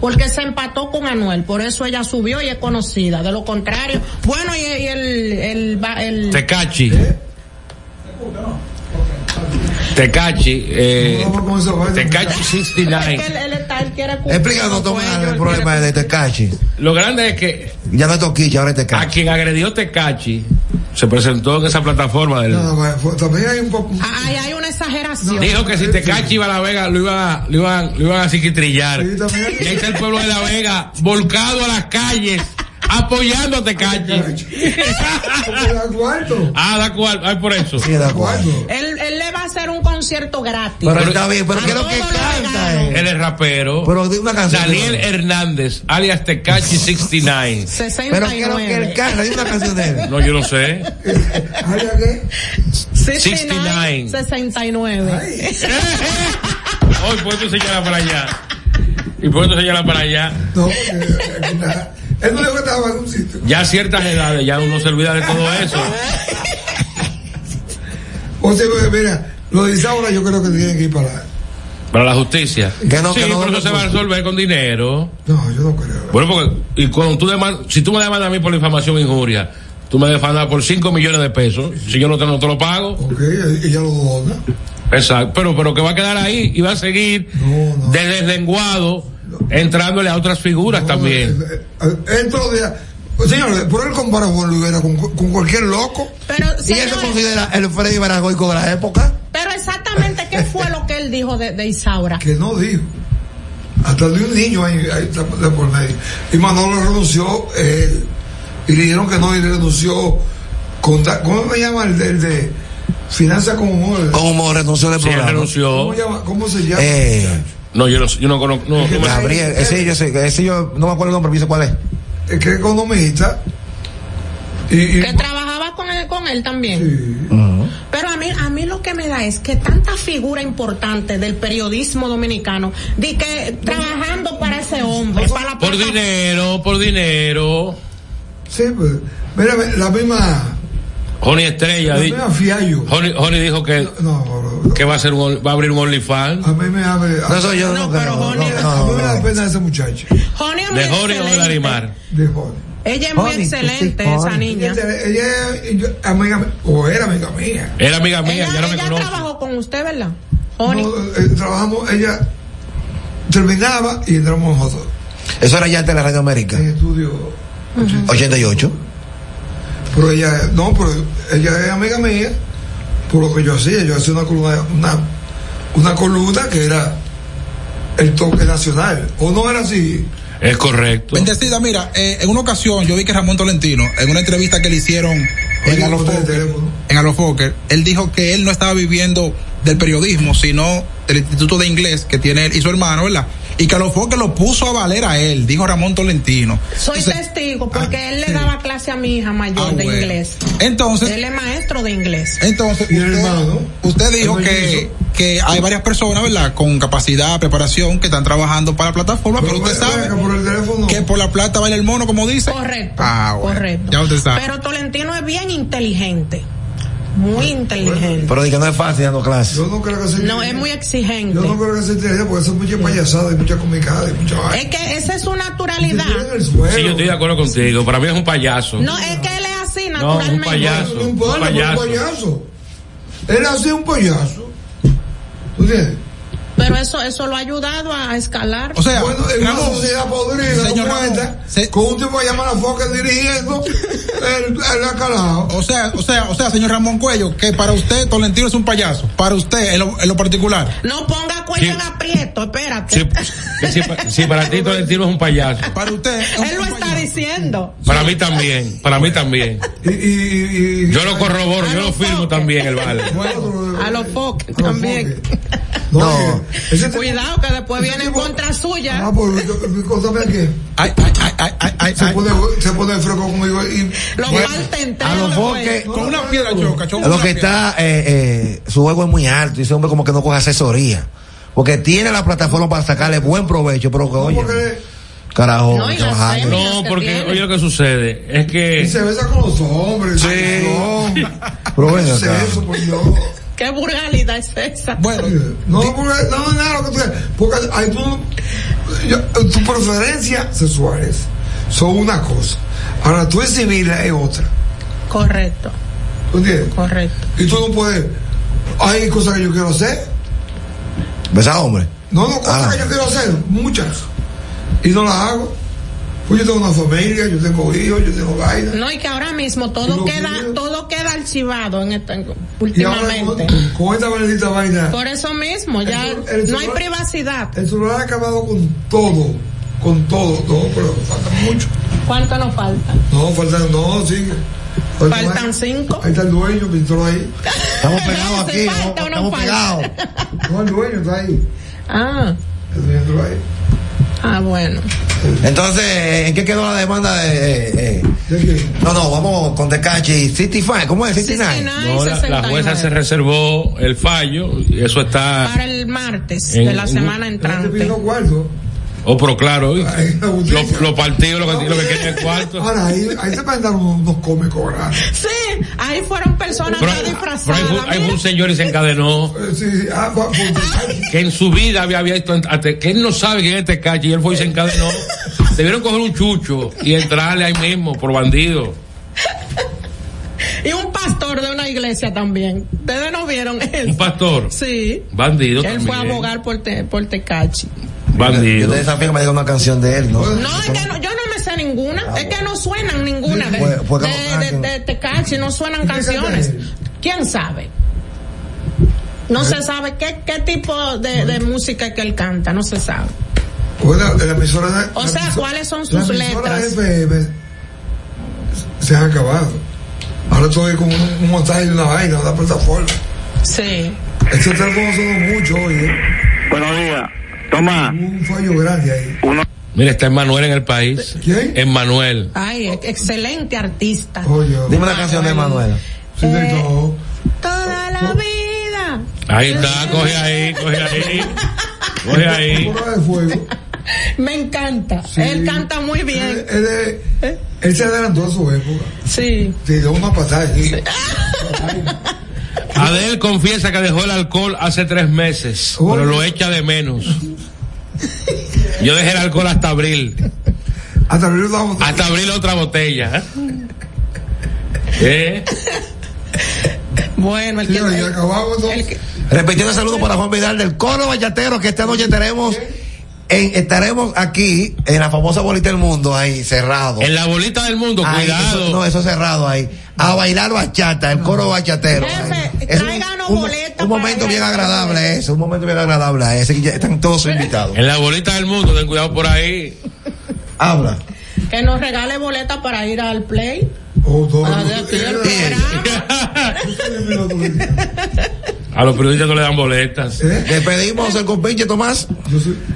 Speaker 4: Porque se empató con Anuel, por eso ella subió y es conocida. De lo contrario, bueno, y, y el, el, ba- el-
Speaker 2: Tecachi. Tecachi. Eh, Tecachi 69.
Speaker 4: Él, él está, él quiere cumplir
Speaker 5: Explícanos,
Speaker 4: su
Speaker 5: Tomás,
Speaker 4: sueño,
Speaker 5: el
Speaker 4: él
Speaker 5: problema de Tecachi.
Speaker 2: Lo grande es que
Speaker 5: Ya no es Toquicha, ahora es Tecachi.
Speaker 2: a quien agredió Tecachi se presentó en esa plataforma del.
Speaker 3: No, bueno, fue- también hay un poco.
Speaker 4: Ay, hay una exageración.
Speaker 2: Dijo que si Tecachi iba a La Vega lo iba, lo iban, lo iban a psiquitrillar.
Speaker 3: también.
Speaker 2: Y ahí está el pueblo de La Vega volcado a las calles apoyando a Tecachi. Ah, da cual, ay por eso.
Speaker 5: Sí, da cual.
Speaker 4: Él, él le va a hacer un concierto gratis.
Speaker 2: Pero está bien, pero
Speaker 4: A
Speaker 2: ¿qué es lo
Speaker 4: todos
Speaker 2: que
Speaker 4: los
Speaker 5: canta,
Speaker 4: veganos.
Speaker 2: Él es rapero.
Speaker 5: canción.
Speaker 2: Daniel Hernández, alias Tecachi 69.
Speaker 5: Pero quiero que él canta, dime una canción de él.
Speaker 2: No, yo no sé. 69.
Speaker 4: 69.
Speaker 2: Hoy puedo enseñarla para allá. Y puedo enseñarla para allá.
Speaker 3: No, eh, él no dijo que estaba en un sitio.
Speaker 2: Ya a ciertas edades, ya uno se olvida de todo eso.
Speaker 3: O sea, porque, mira, lo de Isaura yo creo que tienen que ir para.
Speaker 2: Para la justicia.
Speaker 3: Que no,
Speaker 2: sí,
Speaker 3: que no,
Speaker 2: pero
Speaker 3: no,
Speaker 2: eso se va a resolver con dinero.
Speaker 3: No, yo no creo.
Speaker 2: Bueno, porque y cuando tú demandas, si tú me demandas a mí por la información e injuria, tú me demandas por 5 millones de pesos. Si yo no te, no te lo pago.
Speaker 3: Ok, ella lo dona.
Speaker 2: Exacto, pero, pero que va a quedar ahí y va a seguir de deslenguado entrándole a otras figuras también.
Speaker 3: Él todos los días. Señores, por él compara a Juan Luis Guerra con, con cualquier loco.
Speaker 4: Pero,
Speaker 5: ¿Y eso considera el Freddy Baragoico de la época?
Speaker 4: Pero exactamente, ¿qué fue lo que él dijo de, de Isaura?
Speaker 3: Que no dijo. Hasta de un niño ahí, ahí está de por medio. Y Manolo renunció él. Y le dijeron que no, y renunció. Con, da- ¿Cómo me llama el de, el de Finanza con Humor?
Speaker 5: Con humor renunció del
Speaker 2: Sí, él
Speaker 5: programa.
Speaker 2: renunció.
Speaker 3: ¿Cómo, llama- cómo se llama?
Speaker 5: Eh,
Speaker 2: No, yo no, yo no conozco. No, no me-
Speaker 5: Gabriel, ese yo, sé, ese yo no me acuerdo el nombre, pero yo sé cuál es.
Speaker 3: Es que es economista. Y,
Speaker 4: Que trabajaba con él, con él también. Pero a mí, a mí lo que me da es que tanta figura importante del periodismo dominicano, de que trabajando para ese hombre, para la
Speaker 2: Por dinero, por dinero.
Speaker 3: Sí, pues, mira, la misma.
Speaker 2: Johnny Estrella.
Speaker 3: La
Speaker 2: di-
Speaker 3: misma Fiallo.
Speaker 2: Johnny, Johnny dijo que, que va a hacer un- va a abrir un OnlyFans.
Speaker 3: A mí me abre.
Speaker 2: No, eso yo no creo, no,
Speaker 3: a
Speaker 2: no,
Speaker 3: mí me da pena esa muchacha.
Speaker 4: Johnny es muy
Speaker 2: De Johnny o de
Speaker 4: excelente.
Speaker 2: Larimar.
Speaker 3: De Johnny.
Speaker 4: Ella es muy
Speaker 3: Johnny,
Speaker 4: excelente,
Speaker 3: sí,
Speaker 4: esa
Speaker 3: Johnny.
Speaker 4: niña.
Speaker 3: Ella, ella- ella- amiga, o era amiga mía.
Speaker 2: Era amiga mía, ya no me
Speaker 4: Ella
Speaker 2: conoce.
Speaker 4: trabajó con usted, ¿verdad?
Speaker 3: No, eh, trabajamos, ella terminaba y entramos nosotros.
Speaker 5: Eso era ya antes de la Radio América.
Speaker 3: En estudio.
Speaker 5: 88.
Speaker 3: Pero ella, no, pero ella es amiga mía. Por lo que yo hacía, yo hacía una columna, una, una columna que era el toque nacional. ¿O no era así?
Speaker 2: Es correcto.
Speaker 1: Bendecida, mira, eh, en una ocasión yo vi que Ramón Tolentino, en una entrevista que le hicieron en a los Fokker, en a los Fokker, él dijo que él no estaba viviendo del periodismo, sino del Instituto de Inglés que tiene él y su hermano, ¿verdad? Y que a los Fokker lo puso a valer a él, dijo Ramón Tolentino.
Speaker 4: Soy testigo porque él le daba clase a mi hija mayor de
Speaker 1: Ah, bueno.
Speaker 4: inglés.
Speaker 1: Entonces.
Speaker 4: Él es maestro de inglés.
Speaker 1: Entonces, usted, usted dijo que, que hay varias personas, ¿verdad? Con capacidad, preparación, que están trabajando para la plataforma, pero, usted sabe que por la plata vale el mono, como dice.
Speaker 4: Correcto.
Speaker 1: Ah, bueno.
Speaker 4: Correcto.
Speaker 1: Ya usted sabe.
Speaker 4: Pero Tolentino es bien inteligente. muy inteligente.
Speaker 5: Pero di que no es fácil dando clases.
Speaker 3: Yo no creo que sea
Speaker 4: No, es
Speaker 3: inteligente.
Speaker 4: muy exigente.
Speaker 3: Yo no creo que sea inteligente porque son muchas payasadas y muchas comicadas y muchas vainas.
Speaker 4: Es que esa es su naturalidad.
Speaker 2: Sí, yo estoy de acuerdo contigo. Para mí es un payaso.
Speaker 4: No, es que él es así
Speaker 2: No, un
Speaker 4: naturalmente.
Speaker 2: payaso.
Speaker 3: No importa,
Speaker 2: un
Speaker 3: pero
Speaker 2: payaso.
Speaker 3: un payaso. Él hace un payaso. ¿Tú entiendes?
Speaker 4: Pero eso, eso lo ha ayudado a escalar.
Speaker 1: O sea,
Speaker 3: bueno, en una
Speaker 1: Ramón,
Speaker 3: sociedad podrida
Speaker 1: señor
Speaker 3: como
Speaker 1: Ramón,
Speaker 3: esta, con un tipo que llama a la foca dirigiendo, él, él ha calado.
Speaker 1: O sea, o sea, o sea, señor Ramón Cuello, que para usted Tolentino es un payaso. Para usted, en lo, en lo particular.
Speaker 4: no ponga cuello en aprieto, espérate.
Speaker 2: Sí, que si, pa- si para ti Tolentino es un payaso.
Speaker 1: Para usted.
Speaker 4: Él lo está diciendo.
Speaker 2: Para mí también. Para mí también. Yo lo corroboro, yo lo firmo también el vale.
Speaker 4: A los foques también.
Speaker 3: No.
Speaker 4: Cuidado que después viene en contra suya.
Speaker 3: Ah, por cosa vea que se pone se pone fresco conmigo y
Speaker 4: Lo falta entero.
Speaker 5: los
Speaker 4: pues.
Speaker 5: foques.
Speaker 1: Con una piedra choca, choca
Speaker 5: Lo
Speaker 1: una
Speaker 5: que
Speaker 1: piedra.
Speaker 5: está, eh, eh, su juego es muy alto y ese hombre como que no coge asesoría. Porque tiene la plataforma para sacarle buen provecho, pero que oye. Carajo,
Speaker 2: No, y
Speaker 5: mucho
Speaker 2: las
Speaker 5: jale.
Speaker 2: No, porque oye lo que sucede es que.
Speaker 3: se besa con los hombres.
Speaker 2: Sí.
Speaker 5: Pero ven acá.
Speaker 4: Qué burgalidad es esa.
Speaker 1: Bueno,
Speaker 3: no porque no nada lo que tú quieras, porque hay tu yo- tu preferencia sexuales son una cosa. Ahora tú exhibirla es otra.
Speaker 4: Correcto.
Speaker 3: ¿Tú entiendes?
Speaker 4: Correcto.
Speaker 3: Y tú no puedes hay cosas que yo quiero hacer
Speaker 5: ¿Besado, hombre? Ah.
Speaker 3: No, no, cosas que yo quiero hacer, muchas. Y no las hago. Pues yo tengo una familia, yo tengo hijos, yo tengo vaina.
Speaker 4: No, y que ahora mismo todo queda, todo queda archivado en este,
Speaker 3: Y ahora
Speaker 4: últimamente.
Speaker 3: con, con esta maldita vaina,
Speaker 4: Por eso mismo, ya
Speaker 3: El- el
Speaker 4: no hay
Speaker 3: celular-
Speaker 4: privacidad.
Speaker 3: el celular ha acabado con todo, con todo, todo, pero falta mucho.
Speaker 4: ¿Cuánto nos falta?
Speaker 3: No, faltan, no, sigue.
Speaker 4: Faltan cinco.
Speaker 3: Ahí está el dueño, que entró ahí.
Speaker 5: Estamos pegados
Speaker 4: ¿Se aquí, falta o no estamos falta?
Speaker 3: No, el dueño está ahí.
Speaker 4: Ah,
Speaker 3: El dueño entró ahí.
Speaker 4: ah, bueno.
Speaker 5: Entonces, ¿en qué quedó la demanda de.? eh, eh? No, no, vamos con Tecachi. 65, ¿cómo es? 69.
Speaker 2: No, la, la jueza se reservó el fallo, y eso está.
Speaker 4: Para el martes
Speaker 2: Ah. En-
Speaker 4: de la
Speaker 2: en-
Speaker 4: semana entrante.
Speaker 2: Oh, pero claro, ¿eh? los, los partidos lo que, lo que quieren es cuarto.
Speaker 3: Ahora, ahí, ahí se mandaron unos cómicos grandes.
Speaker 4: Sí, ahí fueron personas
Speaker 2: Pero,
Speaker 4: ya
Speaker 2: pero ahí,
Speaker 4: disfrazadas.
Speaker 2: fue, ahí fue un señor y se encadenó.
Speaker 3: ah, pues,
Speaker 2: Que en su vida había visto, a Te- que él no sabe quién es este calle y él fue y se encadenó. Debieron coger un chucho y entrarle ahí mismo por bandido.
Speaker 4: Y un pastor de una iglesia también. Ustedes no vieron eso.
Speaker 2: Un pastor.
Speaker 4: Sí.
Speaker 2: Bandido
Speaker 4: Él fue a
Speaker 2: también.
Speaker 4: abogar por, te, por Tecachi.
Speaker 2: Bandido.
Speaker 5: Yo te desafío que me diga una canción de él, ¿no?
Speaker 4: No, es que no, yo no me sé ninguna.
Speaker 3: Ah,
Speaker 4: es que no suenan ninguna de,
Speaker 5: Pues- pues,
Speaker 4: de,
Speaker 5: ¿cómo
Speaker 4: de-
Speaker 5: cantan?
Speaker 4: de Tecachi. No suenan canciones. ¿Quién sabe? No se sabe qué, qué tipo de, de música que él canta. No se sabe.
Speaker 3: Bueno, la emisora de-
Speaker 4: O
Speaker 3: la
Speaker 4: sea,
Speaker 3: emisora-
Speaker 4: ¿cuáles son
Speaker 3: la
Speaker 4: sus
Speaker 3: emisora
Speaker 4: letras?
Speaker 3: FM se han acabado. Ahora todo es como un, un montaje de una vaina, una plataforma.
Speaker 4: Sí.
Speaker 3: Esto está conociendo mucho hoy, ¿eh?
Speaker 15: Buenos días. Toma.
Speaker 3: Un fallo grande ahí.
Speaker 2: Mira, está Emanuel en el país.
Speaker 3: ¿Quién?
Speaker 2: Emanuel.
Speaker 4: Ay, ex- excelente artista.
Speaker 5: Dime una canción de Manuel.
Speaker 4: Eh,
Speaker 3: Ah,
Speaker 4: toda la vida.
Speaker 2: Ahí está, coge ahí, coge ahí. Coge ahí.
Speaker 3: Prueba de fuego. eh,
Speaker 4: Me encanta. Él canta muy bien.
Speaker 3: Él, es- él se Este, adelantó a su época.
Speaker 4: Sí.
Speaker 3: Te dio una patada. sí.
Speaker 2: Adel confiesa que dejó el alcohol hace tres meses, pero lo echa de menos. Yo dejé el alcohol hasta abril.
Speaker 3: Hasta abrir otra botella.
Speaker 2: Hasta abrir otra botella. ¿Eh?
Speaker 4: Bueno, el
Speaker 3: que, acabamos, ¿no?
Speaker 5: Repetiendo el saludo para Juan Vidal del Coro Vallatero, que esta noche estaremos, en, estaremos aquí en la famosa bolita del mundo, ahí cerrado.
Speaker 2: En la bolita del mundo,
Speaker 5: Ahí,
Speaker 2: cuidado.
Speaker 5: eso- no, eso cerrado ahí. A bailar bachata, el coro bachatero. ahí. Es un- un, un momento bien agradable eh, eso, un momento bien agradable ese. que ya Están todos invitados.
Speaker 2: En la bolita del mundo, ten cuidado por ahí.
Speaker 5: Habla.
Speaker 3: eh.
Speaker 4: Que nos regale boleta para ir al play.
Speaker 3: Oh,
Speaker 4: Ah, de aquí del
Speaker 2: A los periodistas no le dan boletas.
Speaker 5: Le pedimos el compinche, Tomás.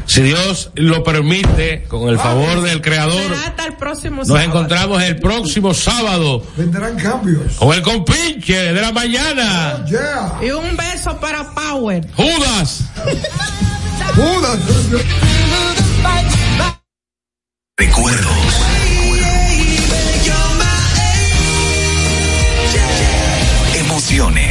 Speaker 2: Si Dios lo permite, con el favor del creador,
Speaker 4: Hasta el próximo
Speaker 2: nos
Speaker 4: sábado.
Speaker 2: encontramos el próximo sábado
Speaker 3: Vendrán cambios.
Speaker 2: con el compinche de la mañana.
Speaker 4: Y un beso para Power.
Speaker 2: Judas.
Speaker 3: Judas.
Speaker 11: Recuerdos. Emociones.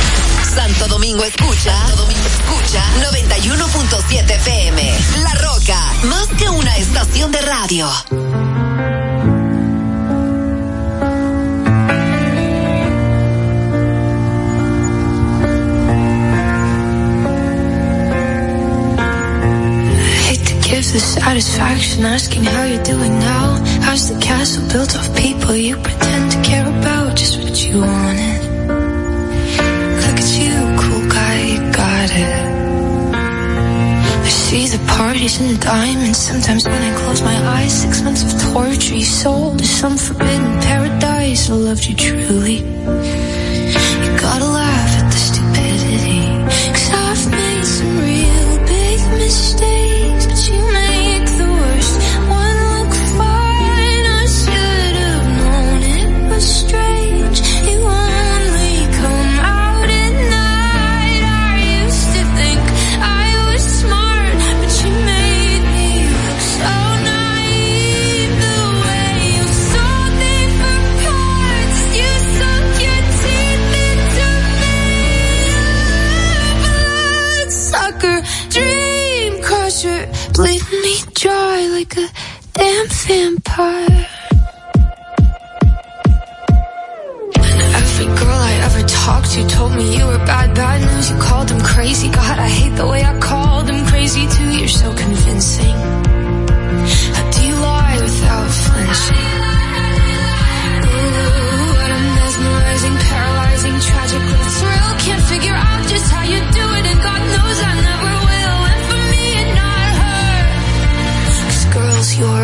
Speaker 16: Santo Domingo escucha, Santo Domingo escucha 91.7 FM. La Roca, más que una estación de radio.
Speaker 17: hate to give the satisfaction asking how you're doing now. How's the castle built of people you pretend to care about? Just what you wanted. Look at you, cool guy, you got it. I see the parties and the diamonds. Sometimes when I close my eyes, six months of torture you sold to some forbidden paradise. I loved you truly. You gotta laugh at the stupidity. Cause I've made some real big mistakes, but you make the worst one look fine. I should have known it was strange. You only come out at night. I used to think I was smart, but you made me look so naive. The way you sold me for parts, you sunk your teeth into sucker dream crusher bleeding me dry like a damn vampire every girl i ever talked to told me you were bad bad news you called them crazy god i hate the way i called them crazy too you're so convincing how do you lie without flinching Ooh, what a mesmerizing, paralyzing, tragic little thrill. Can't figure out just how you do it, and God knows I never will. And for me and not her, 'Cause girls your